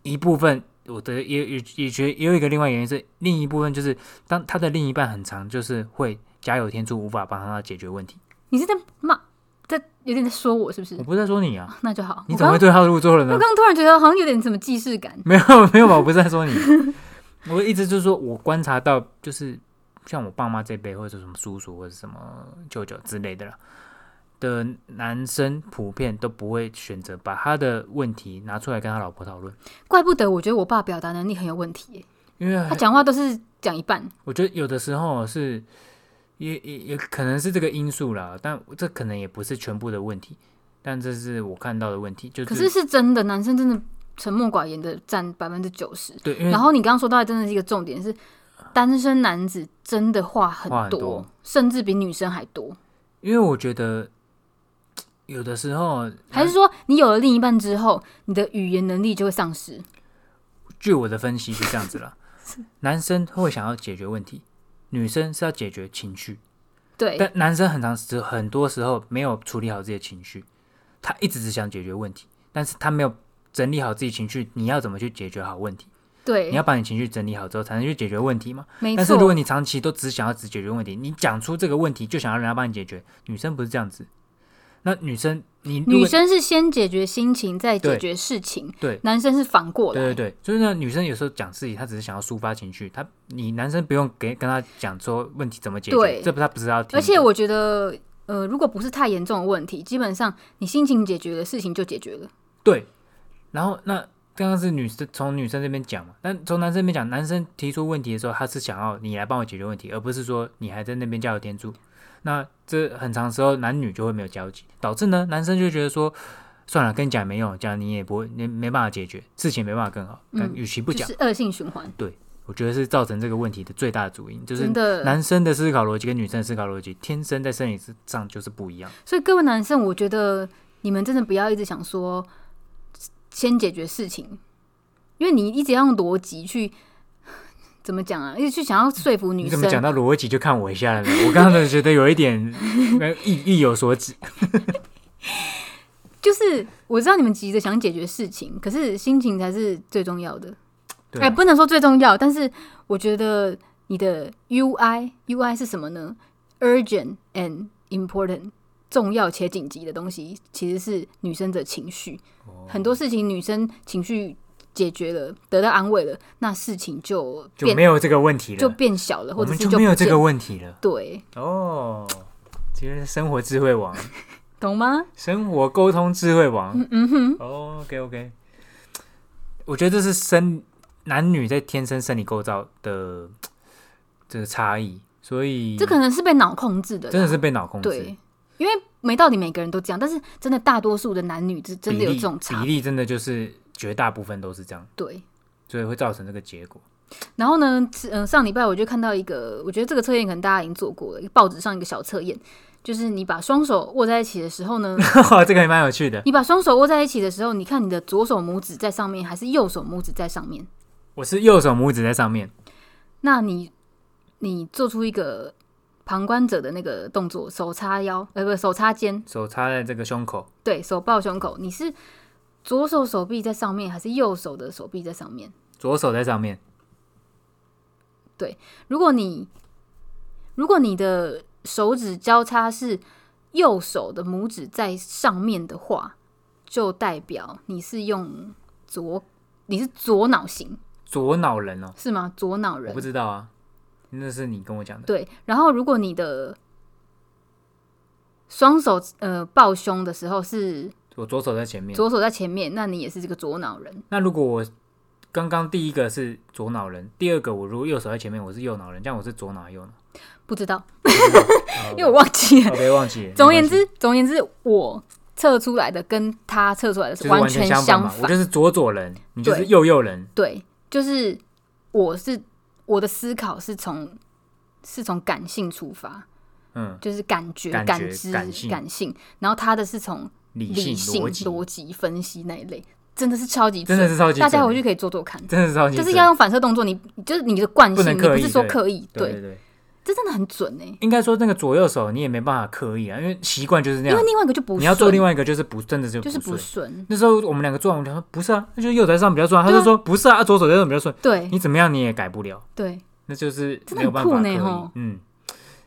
S1: 一部分我的也也也觉得也有一个另外原因是，另一部分就是当他的另一半很长，就是会加油添醋，无法帮他解决问题。
S2: 你是在骂，在有点在说我是不是
S1: 我？不是在说你啊，
S2: 那就好。
S1: 你
S2: 我
S1: 怎么
S2: 刚
S1: 会对号入座了
S2: 我
S1: 呢？
S2: 刚突然觉得好像有点什么既视感。
S1: 没有没有嘛，我不是在 说你，我一直就是说我观察到，就是像我爸妈这辈，或者什么叔叔或者什么舅舅之类的啦的男生，普遍都不会选择把他的问题拿出来跟他老婆讨论，
S2: 怪不得我觉得我爸表达能力很有问题耶，
S1: 因为
S2: 他讲话都是讲一半，
S1: 我觉得有的时候是也也也可能是这个因素啦，但这可能也不是全部的问题，但这是我看到的问题，就
S2: 可是是真的，男生真的沉默寡言的占百分之九十。
S1: 对，因为
S2: 然后你刚刚说到的真的是一个重点是。单身男子真的话很
S1: 话很
S2: 多，
S1: 多
S2: 甚至比女生还多。
S1: 因为我觉得有的时候
S2: 还是说，你有了另一半之后，你的语言能力就会丧失？
S1: 据我的分析是这样子 啦，男生会想要解决问题，女生是要解决情绪，
S2: 对，
S1: 但男生很长时很多时候没有处理好自己的情绪，他一直只想解决问题，但是他没有整理好自己情绪，你要怎么去解决好问题？你
S2: 对
S1: 要，把你情绪整理好之后，才能去解决问题嘛。
S2: 没
S1: 但是如果
S2: 错，
S1: 你长期都只想要只解决问题，你讲出这个问题就想要人家帮你解决，女生不是这样子，那女生你如果
S2: 女生是先解决心情，再解
S1: 对
S2: 决事情。
S1: 对
S2: 男生是反过来。
S1: 对对对，就是那女生有时候讲事情，她只是想要抒发情绪，她你男生不用给跟她讲说问题怎么解决
S2: 对，
S1: 这不她不是要听的。
S2: 而且我觉得，呃，如果不是太严重的问题，基本上你心情解决了，事情就解决了。
S1: 对，然后那刚刚是女生从女生这边讲嘛，但从男生这边讲，男生提出问题的时候，他是想要你来帮我解决问题，而不是说你还在那边加油添醋。那这很长时候男女就会没有交集，导致呢男生就觉得说。算了，跟你讲也没用，讲你也不会，你没办法解决，事情没办法更好。
S2: 嗯
S1: 与其不
S2: 就
S1: 讲，
S2: 是恶性循环，
S1: 我觉得是造成这个问题的最大的主因，就是
S2: 真的。
S1: 男生的思考逻辑跟女生的思考逻辑天生在生理上就是不一样。
S2: 所以各位男生，我觉得你们真的不要一直想说先解决事情，因为你一直要用逻辑去怎么讲啊，一直去想要说服女
S1: 你
S2: 生
S1: 怎么。讲到逻辑就看我一下了呢？我刚刚真的觉得有一点呃意意有所指。
S2: 哎就是我知道你们急着想解决事情，可是心情才是最重要的。
S1: 对啊
S2: 哎、不能说最重要，但是我觉得你的 UI UI 是什么呢？Urgent and important，重要且紧急的东西，其实是女生的情绪。
S1: 哦
S2: 很多事情女生情绪解决了，得到安慰了，那事情就
S1: 就
S2: 变
S1: 没有这个问题了，
S2: 就变小了，
S1: 我
S2: 或者
S1: 们
S2: 是
S1: 没有这个
S2: 不见
S1: 问题了。
S2: 对，
S1: 哦，其实是生活智慧王，
S2: 懂吗？
S1: 生活沟通智慧王。
S2: 嗯哼，
S1: 哦，OK OK，我觉得这是生男女在天生生理构造的这个差异，所以
S2: 这可能是被脑控制的啦，
S1: 真的是被脑控制。
S2: 对，因为没到底每个人都这样，但是真的大多数的男女是真的
S1: 比
S2: 有
S1: 例
S2: 这种差
S1: 比例真的就是绝大部分都是这样，
S2: 对。
S1: 所以会造成这个结果。
S2: 然后呢，是嗯、上礼拜我就看到一个，我觉得这个测验可能大家已经做过了，一个报纸上一个小测验，就是你把双手握在一起的时候呢，
S1: 这个还蛮有趣的。
S2: 你把双手握在一起的时候，你看你的左手拇指在上面还是右手拇指在上面？
S1: 我是右手拇指在上面，
S2: 那你你做出一个旁观者的那个动作，手叉腰，呃，不，手叉肩，
S1: 手插在这个胸口，
S2: 对手抱胸口，你是左手手臂在上面还是右手的手臂在上面？
S1: 左手在上面。
S2: 如果你如果你的手指交叉是右手的拇指在上面的话，就代表你是用左，你是左脑型
S1: 左脑人哦，
S2: 是吗？左脑
S1: 我
S2: 人
S1: 不知道啊，那是你跟我讲的。
S2: 对。然后如果你的双手呃抱胸的时候是
S1: 我左手在前面。
S2: 左手在前面，那你也是这个左脑人。
S1: 那如果我刚刚第一个是左脑人，第二个我如果右手在前面，我是右脑人，这样我是左脑右脑。
S2: 不知道，
S1: 哦
S2: 因为我忘记了。
S1: 哦别忘 记了。
S2: 总而言
S1: 没关
S2: 之，总而言之，我测出来的跟他测出来的
S1: 系，就是
S2: 完
S1: 完
S2: 全
S1: 相
S2: 相
S1: 嘛。我就是左左人，你就是
S2: 对
S1: 右右人。
S2: 对，就是我是我的思考是从是从感性出发，
S1: 嗯，
S2: 就是感觉、
S1: 感觉
S2: 知、
S1: 感性
S2: 然后他的是从
S1: 理
S2: 理
S1: 性
S2: 性、
S1: 逻辑，
S2: 逻辑分析那一类，真的是超级
S1: 真的
S2: 准
S1: 是超级准
S2: 大
S1: 的。
S2: 家回去可以做做看。
S1: 真的是超级
S2: 就
S1: 准。
S2: 是要用反射动作，你就是你的惯
S1: 不能
S2: 性，你
S1: 刻
S2: 不
S1: 意
S2: 是说
S1: 对
S2: 刻意，
S1: 对对
S2: 对，
S1: 对，
S2: 这真的很准哎、
S1: 应该说那个左右手你也没办法刻意啊，因为习惯就是那
S2: 因
S1: 样
S2: 为。另外一个就不
S1: 你要做
S2: 顺
S1: 另外一个就是不，真的就
S2: 就是不
S1: 顺。
S2: 顺，
S1: 那时候我们两个做完，我讲说不是啊，那就是右手在上比较顺啊。他
S2: 对啊
S1: 就说不是啊，啊左手在上比较顺。
S2: 对
S1: 你怎么样你也改不了。
S2: 对，
S1: 那就是
S2: 真的
S1: 没有办
S2: 很
S1: 法
S2: 酷
S1: 可
S2: 呢
S1: 以
S2: 吼，
S1: 嗯，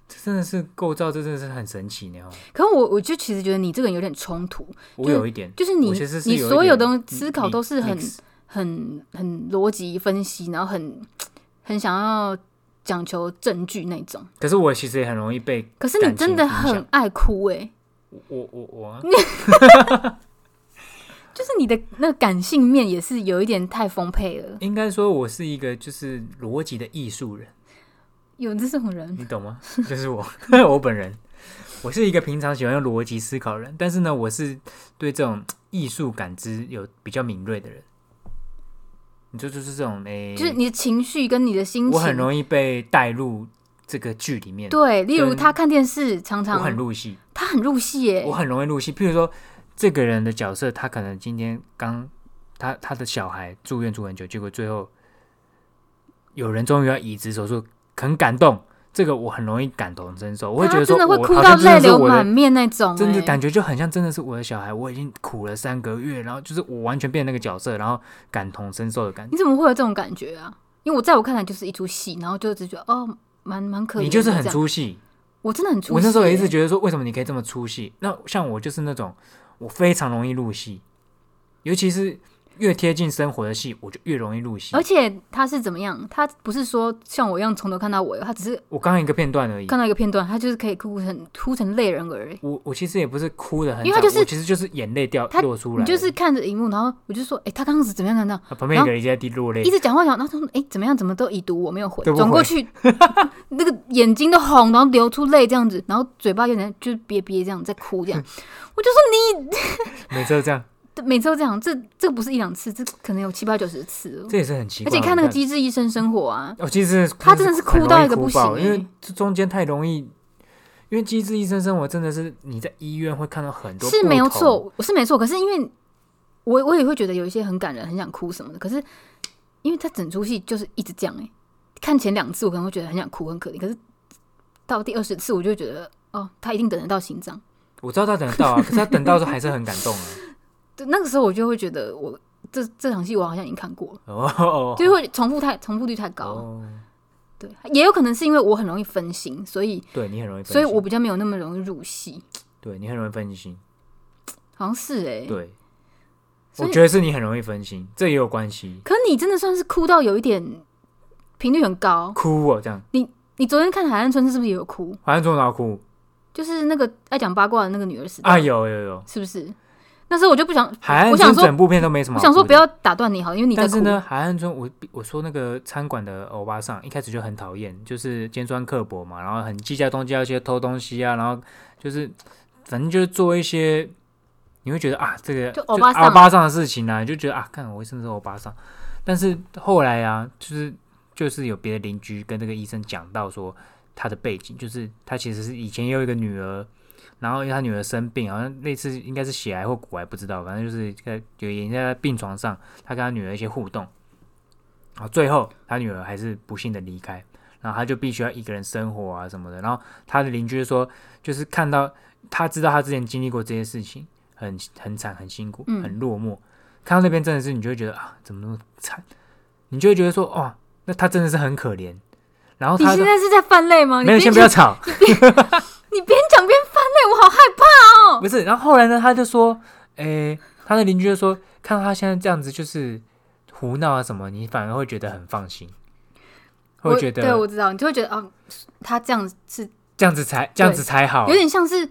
S1: 这真的是构造，这真的是很神奇呢吼。
S2: 可是我我就其实觉得你这个人有点冲突，
S1: 我
S2: 就
S1: 有一点，
S2: 就是你
S1: 我其实是
S2: 你
S1: 有一
S2: 所有
S1: 点嗯
S2: 的思考都是很
S1: mix
S2: 很很逻辑分析，然后很很想要讲求证据那种。
S1: 可是我其实也很容易被
S2: 可是你真的
S1: 感情影
S2: 很爱哭欸诶、
S1: 我我我我啊
S2: 就是你的那感性面也是有一点太丰沛了。
S1: 应该说我是一个就是逻辑的艺术人，
S2: 有这种人，
S1: 你懂吗？ 就是我我本人，我是一个平常喜欢用逻辑思考的人，但是呢，我是对这种艺术感知有比较敏锐的人。你就就是这种诶，
S2: 就是你的情绪跟你的心情，
S1: 嗯我很容易被带入这个剧里面，
S2: 对。例如
S1: 跟
S2: 他看电视，常
S1: 我
S2: 常
S1: 很入戏。
S2: 他很入戏欸耶、
S1: 我很容易入戏。譬如说，这个人的角色，他可能今天刚他他的小孩住院住很久，结果最后有人终于要移植手术，很感动。这个我很容易感同身受，我会觉
S2: 他
S1: 得说，
S2: 啊真的会
S1: 我
S2: 哭
S1: 好
S2: 到
S1: 像真
S2: 泪
S1: 的是
S2: 流
S1: 我的
S2: 满面那种、欸，
S1: 真的感觉就很像真的是我的小孩，我已经苦了三个月，然后就是我完全变那个角色，然后感同身受的感觉。
S2: 你怎么会有这种感觉啊？因为我在我看来就是一出戏，然后就只觉得哦，蛮蛮可怜的。
S1: 你就是很
S2: 这样，
S1: 出戏，
S2: 我真的很出戏
S1: 我
S2: 耶。欸
S1: 那时候也一直觉得说，为什么你可以这么出戏？那像我就是那种，我非常容易入戏，尤其是越贴近生活的戏，我就越容易入戏
S2: 而。且他是怎么样？他不是说像我一样从头看到尾，他只是
S1: 我刚刚一个片段而已，
S2: 看到一个片段，他就是可以哭成哭成泪人儿。欸
S1: 我我其实也不是哭的很惨，
S2: 因为他就是
S1: 我其实就是眼泪掉
S2: 他
S1: 落出来
S2: 你
S1: 了，
S2: 就是看着荧幕，然后我就说，哎、他刚刚是怎么样怎么样？
S1: 啊旁边有个人一直在滴落泪
S2: 一，直讲话讲，然后他说，哎、怎么样？怎么都已读我没有回，
S1: 都不回
S2: 转 过去，那个眼睛都红，然后流出泪这样子，然后嘴巴有点就是憋憋这样在哭 这样。我就说
S1: 每次都这样，
S2: 你每次都这样，这这不是一两次，这可能有七八九十次了。
S1: 这也是很奇
S2: 而
S1: 怪。
S2: 且看那个
S1: 我
S2: 《机智医生生活》啊，
S1: 哦，其实
S2: 他真的是
S1: 很
S2: 哭到
S1: 容易
S2: 一个不行
S1: 爆因为
S2: 欸
S1: 这中间太容易。因为《机智医生生活》真的是你在医院会看到很多
S2: 是
S1: 不
S2: 没有
S1: 同
S2: 错，是没错。可是因为我我也会觉得有一些很感人，很想哭什么的。可是因为他整出戏就是一直这样、欸，看前两次我可能会觉得很想哭，很可怜。可是到第二十次，我就会觉得哦，他一定等得到心脏。
S1: 我知道他等得到啊，可是他等到的时候还是很感动啊。
S2: 对，那个时候我就会觉得我这这场戏我好像已经看过了，
S1: 哦，
S2: 就会重复太重复率太高。
S1: 哦，
S2: 对，也有可能是因为我很容易分心，所以
S1: 对你很容易分
S2: 所
S1: 心，
S2: 以我比较没有那么容易入戏。
S1: 对你很容易分心，
S2: 好像是哎、
S1: 对，
S2: 所
S1: 我
S2: 以
S1: 觉得是你很容易分心，这也有关系。
S2: 可你真的算是哭到有一点频率很高。
S1: 哭哦，这样，
S2: 你昨天看《海岸村》是不是也有哭？
S1: 好像中到哭
S2: 就是那个爱讲八卦的那个女儿时代，
S1: 啊，有有有，
S2: 是不是？那时候我就不想，
S1: 海岸
S2: 我想
S1: 村
S2: 说
S1: 整部片都没什么
S2: 我
S1: 好
S2: 想说
S1: 哭
S2: 不
S1: 的
S2: 要打断你好了，因为你在
S1: 但
S2: 哭
S1: 是。呢，海岸村我我说那个餐馆的欧巴桑一开始就很讨厌，就是尖酸刻薄嘛，然后很计较东计较西，偷东西啊，然后就是反正就是做一些你会觉得啊，这个
S2: 就欧巴桑
S1: 阿巴桑的事情啊，你就觉得啊，看我真的是欧巴桑。但是后来啊，就是就是有别的邻居跟这个医生讲到说他的背景，就是他其实是以前也有一个女儿。然后因为他女儿生病，好像类似应该是血癌或骨癌，不知道，反正就是在有人在病床上，他跟他女儿一些互动，然后最后他女儿还是不幸的离开，然后他就必须要一个人生活啊什么的。然后他的邻居就说，就是看到他知道他之前经历过这些事情，很很惨、很辛苦、
S2: 嗯
S1: 很落寞。看到那边真的是，你就会觉得啊，怎么那么惨？你就会觉得说，哦，那他真的是很可怜。然后
S2: 你
S1: 他
S2: 现在是在犯泪吗？你
S1: 没有，
S2: 边
S1: 先不要
S2: 讲
S1: 吵。
S2: 你边讲边翻泪，我好害怕。
S1: 不是，然后后来呢，他就说，诶、他的邻居就说，看到他现在这样子就是胡闹啊什么，你反而会觉得很放心，
S2: 我
S1: 会觉
S2: 对，
S1: 得
S2: 我知道，你就会觉得啊，他这样子是
S1: 这样子才这样子才好
S2: 有。点像是，有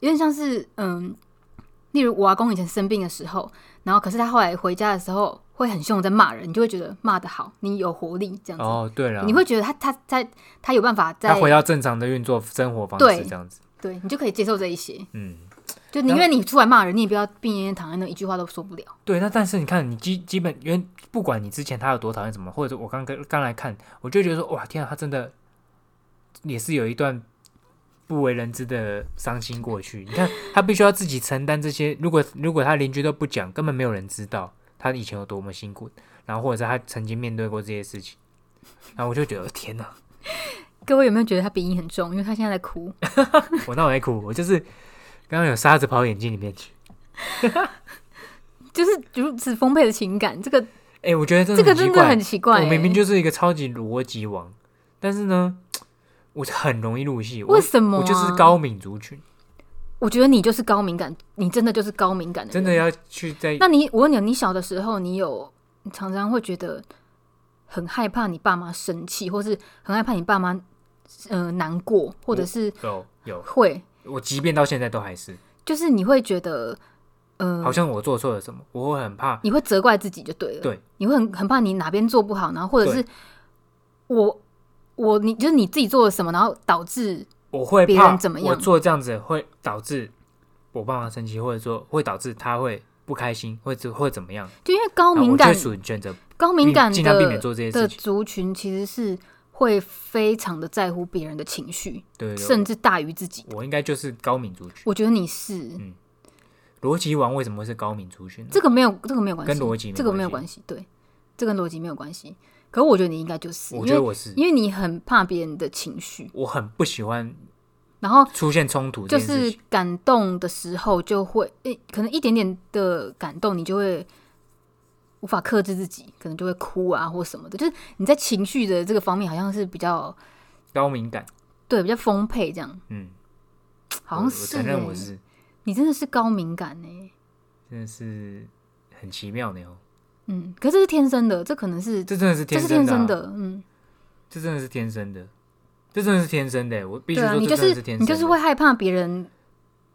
S2: 点像是嗯，例如我阿公以前生病的时候，然后可是他后来回家的时候会很凶地在骂人，你就会觉得骂的好，你有活力这样子，
S1: 哦，对了，
S2: 你会觉得他他在他有办法
S1: 他
S2: 在
S1: 回到正常的运作生活方
S2: 对
S1: 式这样子，
S2: 对你就可以接受这一些，
S1: 嗯，
S2: 就宁
S1: 然后
S2: 愿你出来骂人，你也不要病恹恹躺在那一句话都说不了。
S1: 对。那但是你看，你基基本原不管你之前他有多讨厌什么，或者我刚刚刚来看，我就觉得说，哇，天啊，他真的也是有一段。不为人知的伤心过去，你看他必须要自己承担这些。如果如果他邻居都不讲，根本没有人知道他以前有多么辛苦，然后或者是他曾经面对过这些事情，然后我就觉得天啊哪，
S2: 各位有没有觉得他鼻音很重？因为他现在在哭。
S1: 我那我在哭，我就是刚刚有沙子跑我眼睛里面去。
S2: 就是如此丰沛的情感，这个
S1: 哎、我觉得真
S2: 这
S1: 的
S2: 个
S1: 很奇
S2: 真的
S1: 怪，
S2: 嗯很奇怪、欸。
S1: 我明明就是一个超级逻辑王，但是呢，我很容易入戏。我
S2: 为什么、啊嗯
S1: 我就是，高敏族群，
S2: 我觉得你就是高敏感，你真的就是高敏感的人。
S1: 真的要去在
S2: 那你我问你，你小的时候，你有你常常会觉得很害怕你爸妈生气，或是很害怕你爸妈呃难过，或者是
S1: 有有，
S2: 会，
S1: 我即便到现在都还是，
S2: 就是你会觉得呃
S1: 好，像我做错了什么，我会很怕。
S2: 你会责怪自己就对了。
S1: 对，
S2: 你会很很怕你哪边做不好，然后或者
S1: 对
S2: 是我我你就是你自己做了什么，然后导致
S1: 我会
S2: 别
S1: 怕
S2: 人怎么样
S1: 我做这样子会导致我爸妈生气，或者说会导致他会不开心，或者会怎么样？
S2: 就因为高
S1: 然后
S2: 敏
S1: 啊我就
S2: 感
S1: 会选选择
S2: 高敏感
S1: 尽量避免
S2: 的
S1: 做这些
S2: 的
S1: 事情。
S2: 族群其实是会非常的在乎别人的情绪，
S1: 对对
S2: 甚
S1: 对，
S2: 至大于自己。
S1: 我应该就是高敏族群。
S2: 我觉得你是
S1: 嗯逻辑王为什么会是高敏族群呢？啊
S2: 这个没有这个没有关系，
S1: 跟逻辑没
S2: 这个没有
S1: 关
S2: 关系，对，这跟逻辑没有关系。可我觉得你应该就是，
S1: 我
S2: 因
S1: 觉得
S2: 为
S1: 我是，
S2: 因为你很怕别人的情绪，
S1: 我很不喜欢
S2: 然后
S1: 出现冲突
S2: 就
S1: 这件事
S2: 是
S1: 情，
S2: 感动的时候就会，诶、可能一点点的感动，你就会无法克制自己，可能就会哭啊或什么的。就是你在情绪的这个方面，好像是比较
S1: 高敏感。
S2: 对比较丰沛这样。
S1: 嗯，
S2: 好
S1: 我
S2: 像
S1: 我
S2: 是、欸，
S1: 承认我是，
S2: 你真的是高敏感欸呢、
S1: 真的是很奇妙的哦。
S2: 嗯，可是这是天生的，这可能是
S1: 这真的是
S2: 这
S1: 天
S2: 是天
S1: 生
S2: 生
S1: 的啊，
S2: 的，嗯，
S1: 这真的是天生的，这真的是天生的。我必须
S2: 对啊，
S1: 说，
S2: 你
S1: 这
S2: 就
S1: 真的
S2: 是
S1: 是天生
S2: 你
S1: 的，
S2: 就是会害怕别人，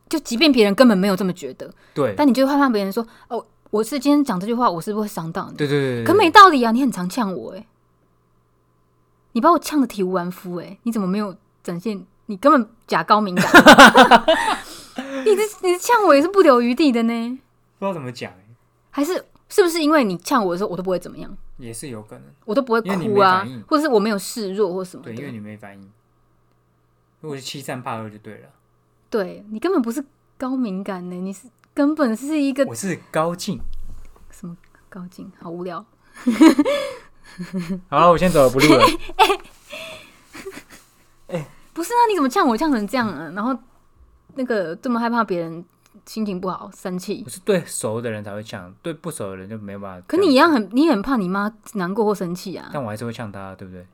S2: 就即便别人根本没有这么觉得，
S1: 对，
S2: 但你就会害怕别人说，哦，我是今天讲这句话，我是不是会伤到你？
S1: 对对对对，
S2: 可
S1: 对
S2: 没道理啊，你很常呛我哎、你把我呛的体无完肤哎、你怎么没有展现？你根本假高敏感， 你这你呛我也是不留余地的呢，
S1: 不知道怎么讲欸，
S2: 还是是不是因为你呛我的时候我都不会怎么样？
S1: 也是有可能。
S2: 我都不会
S1: 因为你
S2: 哭
S1: 没
S2: 啊
S1: 反应，
S2: 或者是我没有示弱或什么的。
S1: 对，因为你没反应。如果是欺善怕恶就对了，
S2: 对你根本不是高敏感呢、你是根本是一个
S1: 我是高进。
S2: 什么高进，好无聊。
S1: 好，我先走了，不录 了。
S2: 不是啊，你怎么呛我呛成这样啊？然后那个这么害怕别人心情不好、生气
S1: 我，是对熟的人才会呛，对不熟的人就没办法。
S2: 可你一样很，你也很怕你妈难过或生气啊。
S1: 但我还是会呛他，对不对？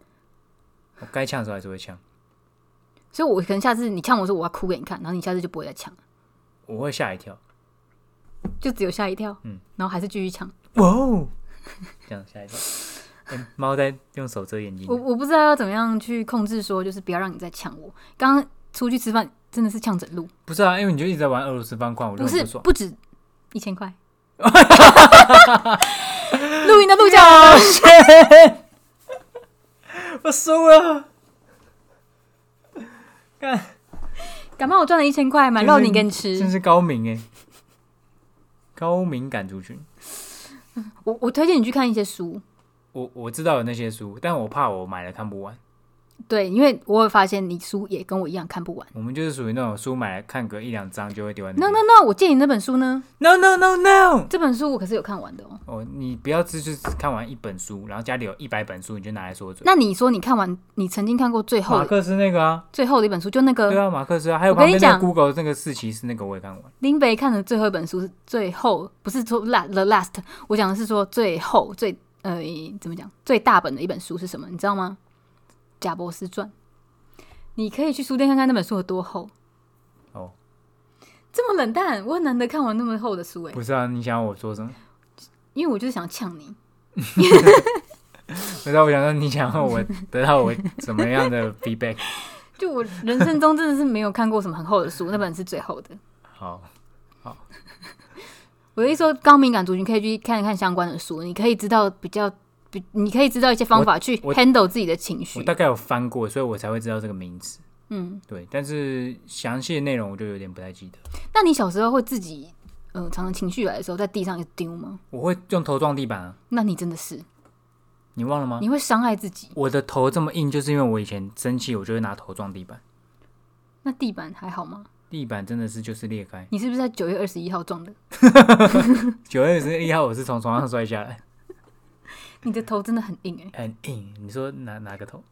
S1: 我该呛的时候还是会呛。
S2: 所以我可能下次你呛我说我要哭给你看，然后你下次就不会再呛。
S1: 我会吓一跳，
S2: 就只有吓一跳，
S1: 嗯，
S2: 然后还是继续抢。
S1: 哇哦， 这样吓一跳。哎猫、在用手遮眼睛
S2: 我，我不知道要怎么样去控制，说就是不要让你再呛我。刚刚出去吃饭真的是呛整路，
S1: 不是啊？因为你就一直在玩俄罗斯方块，我就
S2: 不
S1: 很
S2: 是
S1: 爽。
S2: 不止一千块。录哦音的鹿角
S1: 哎
S2: 了，
S1: 我啊输了，
S2: 感冒我赚了一千块，买
S1: 就是
S2: 肉你给
S1: 真
S2: 你吃。
S1: 是高明哎、高敏感族群。
S2: 我我推荐你去看一些书，
S1: 我我知道有那些书，但我怕我买了看不完。
S2: 对，因为我有发现你书也跟我一样看不完。
S1: 我们就是属于那种书买来看个一两章就会丢在那边。
S2: No No No，我借你那本书呢，
S1: no no no no！
S2: 这本书我可是有看完的哦。
S1: 哦，你不要只是看完一本书，然后家里有一百本书，你就拿来说嘴。
S2: 那你说你看完，你曾经看过最
S1: 马
S2: 后
S1: 克思那个啊，
S2: 最后的一本书，就那
S1: 对
S2: 个
S1: 啊，马克思啊，还有
S2: 我跟
S1: 旁
S2: 你
S1: 边那个
S2: 讲
S1: Google 那个四骑士那个我也看完。
S2: 林北看的最后一本书是最后，不是说 la the last，我讲的是说最后最呃怎么讲最大本的一本书是什么，你知道吗？《贾博士传》，你可以去书店看看那本书有多厚。
S1: 哦，
S2: 这么冷淡，我很难得看完那么厚的书哎、
S1: 不是啊，你想要我说什么？
S2: 因为我就是想呛你。
S1: 不知道我想说你想要我得到我怎么样的 feedback？
S2: 就我人生中真的是没有看过什么很厚的书，那本是最厚的。
S1: 好，
S2: 我的意思说，高敏感族群可以去看一看相关的书，你可以知道比较，比你可以知道一些方法去
S1: 我
S2: handle 自己的情
S1: 我
S2: 绪
S1: 大。概有翻过，所以我才会知道这个名词。
S2: 嗯，
S1: 对，但是详细的内容我就有点不太记得。
S2: 那你小时候会自己，呃，常常情绪来的时候在地上一直丢吗？
S1: 我会用头撞地板啊，
S2: 那你真的是，
S1: 你忘了吗？
S2: 你会伤害自己。
S1: 我的头这么硬，就是因为我以前生气，我就会拿头撞地板，
S2: 那地板还好吗？
S1: 地板真的是就是裂开。
S2: 你是不是在九月二十一号撞的？
S1: 九月十一号，我是从床上摔下来，
S2: 你的头真的很硬哎、
S1: 很硬。你说哪哪个头？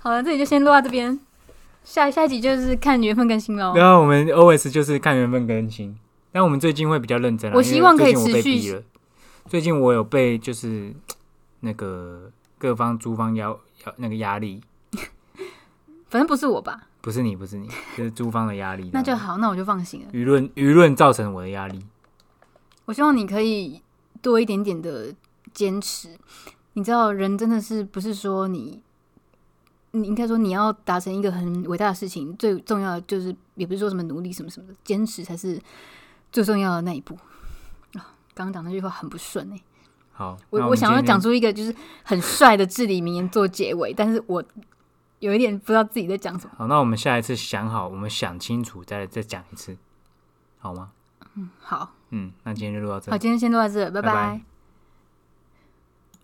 S2: 好了，这里就先录到这边，下下一集就是看缘分更新喽。
S1: 然后我们 always 就是看缘分更新，但我们最近会比较认真啦。
S2: 我
S1: 因为
S2: 希望可以
S1: 最近我被
S2: 持续
S1: 逼了。最近我有被就是那个各方诸方压压那个压力，
S2: 反正不是我吧，
S1: 不是你，不是你，就是诸方的压力。
S2: 那就
S1: 然后
S2: 好，那我就放心了。
S1: 舆论舆论造成我的压力。
S2: 我希望你可以多一点点的坚持。你知道，人真的是不是说你，你应该说你要达成一个很伟大的事情，最重要的就是也不是说什么努力什么什么的，坚持才是最重要的那一步。 啊，刚刚讲那句话很不顺哎、
S1: 好，那
S2: 我
S1: 们
S2: 我想要
S1: 今天
S2: 讲出一个就是很帅的至理名言做结尾，但是我有一点不知道自己在讲什么。
S1: 好，那我们下一次想好，我们想清楚再再讲一次，好吗？
S2: 好，
S1: 嗯，那今天就录到这
S2: 好，。今天先录到这，
S1: 拜
S2: 拜
S1: 拜
S2: 拜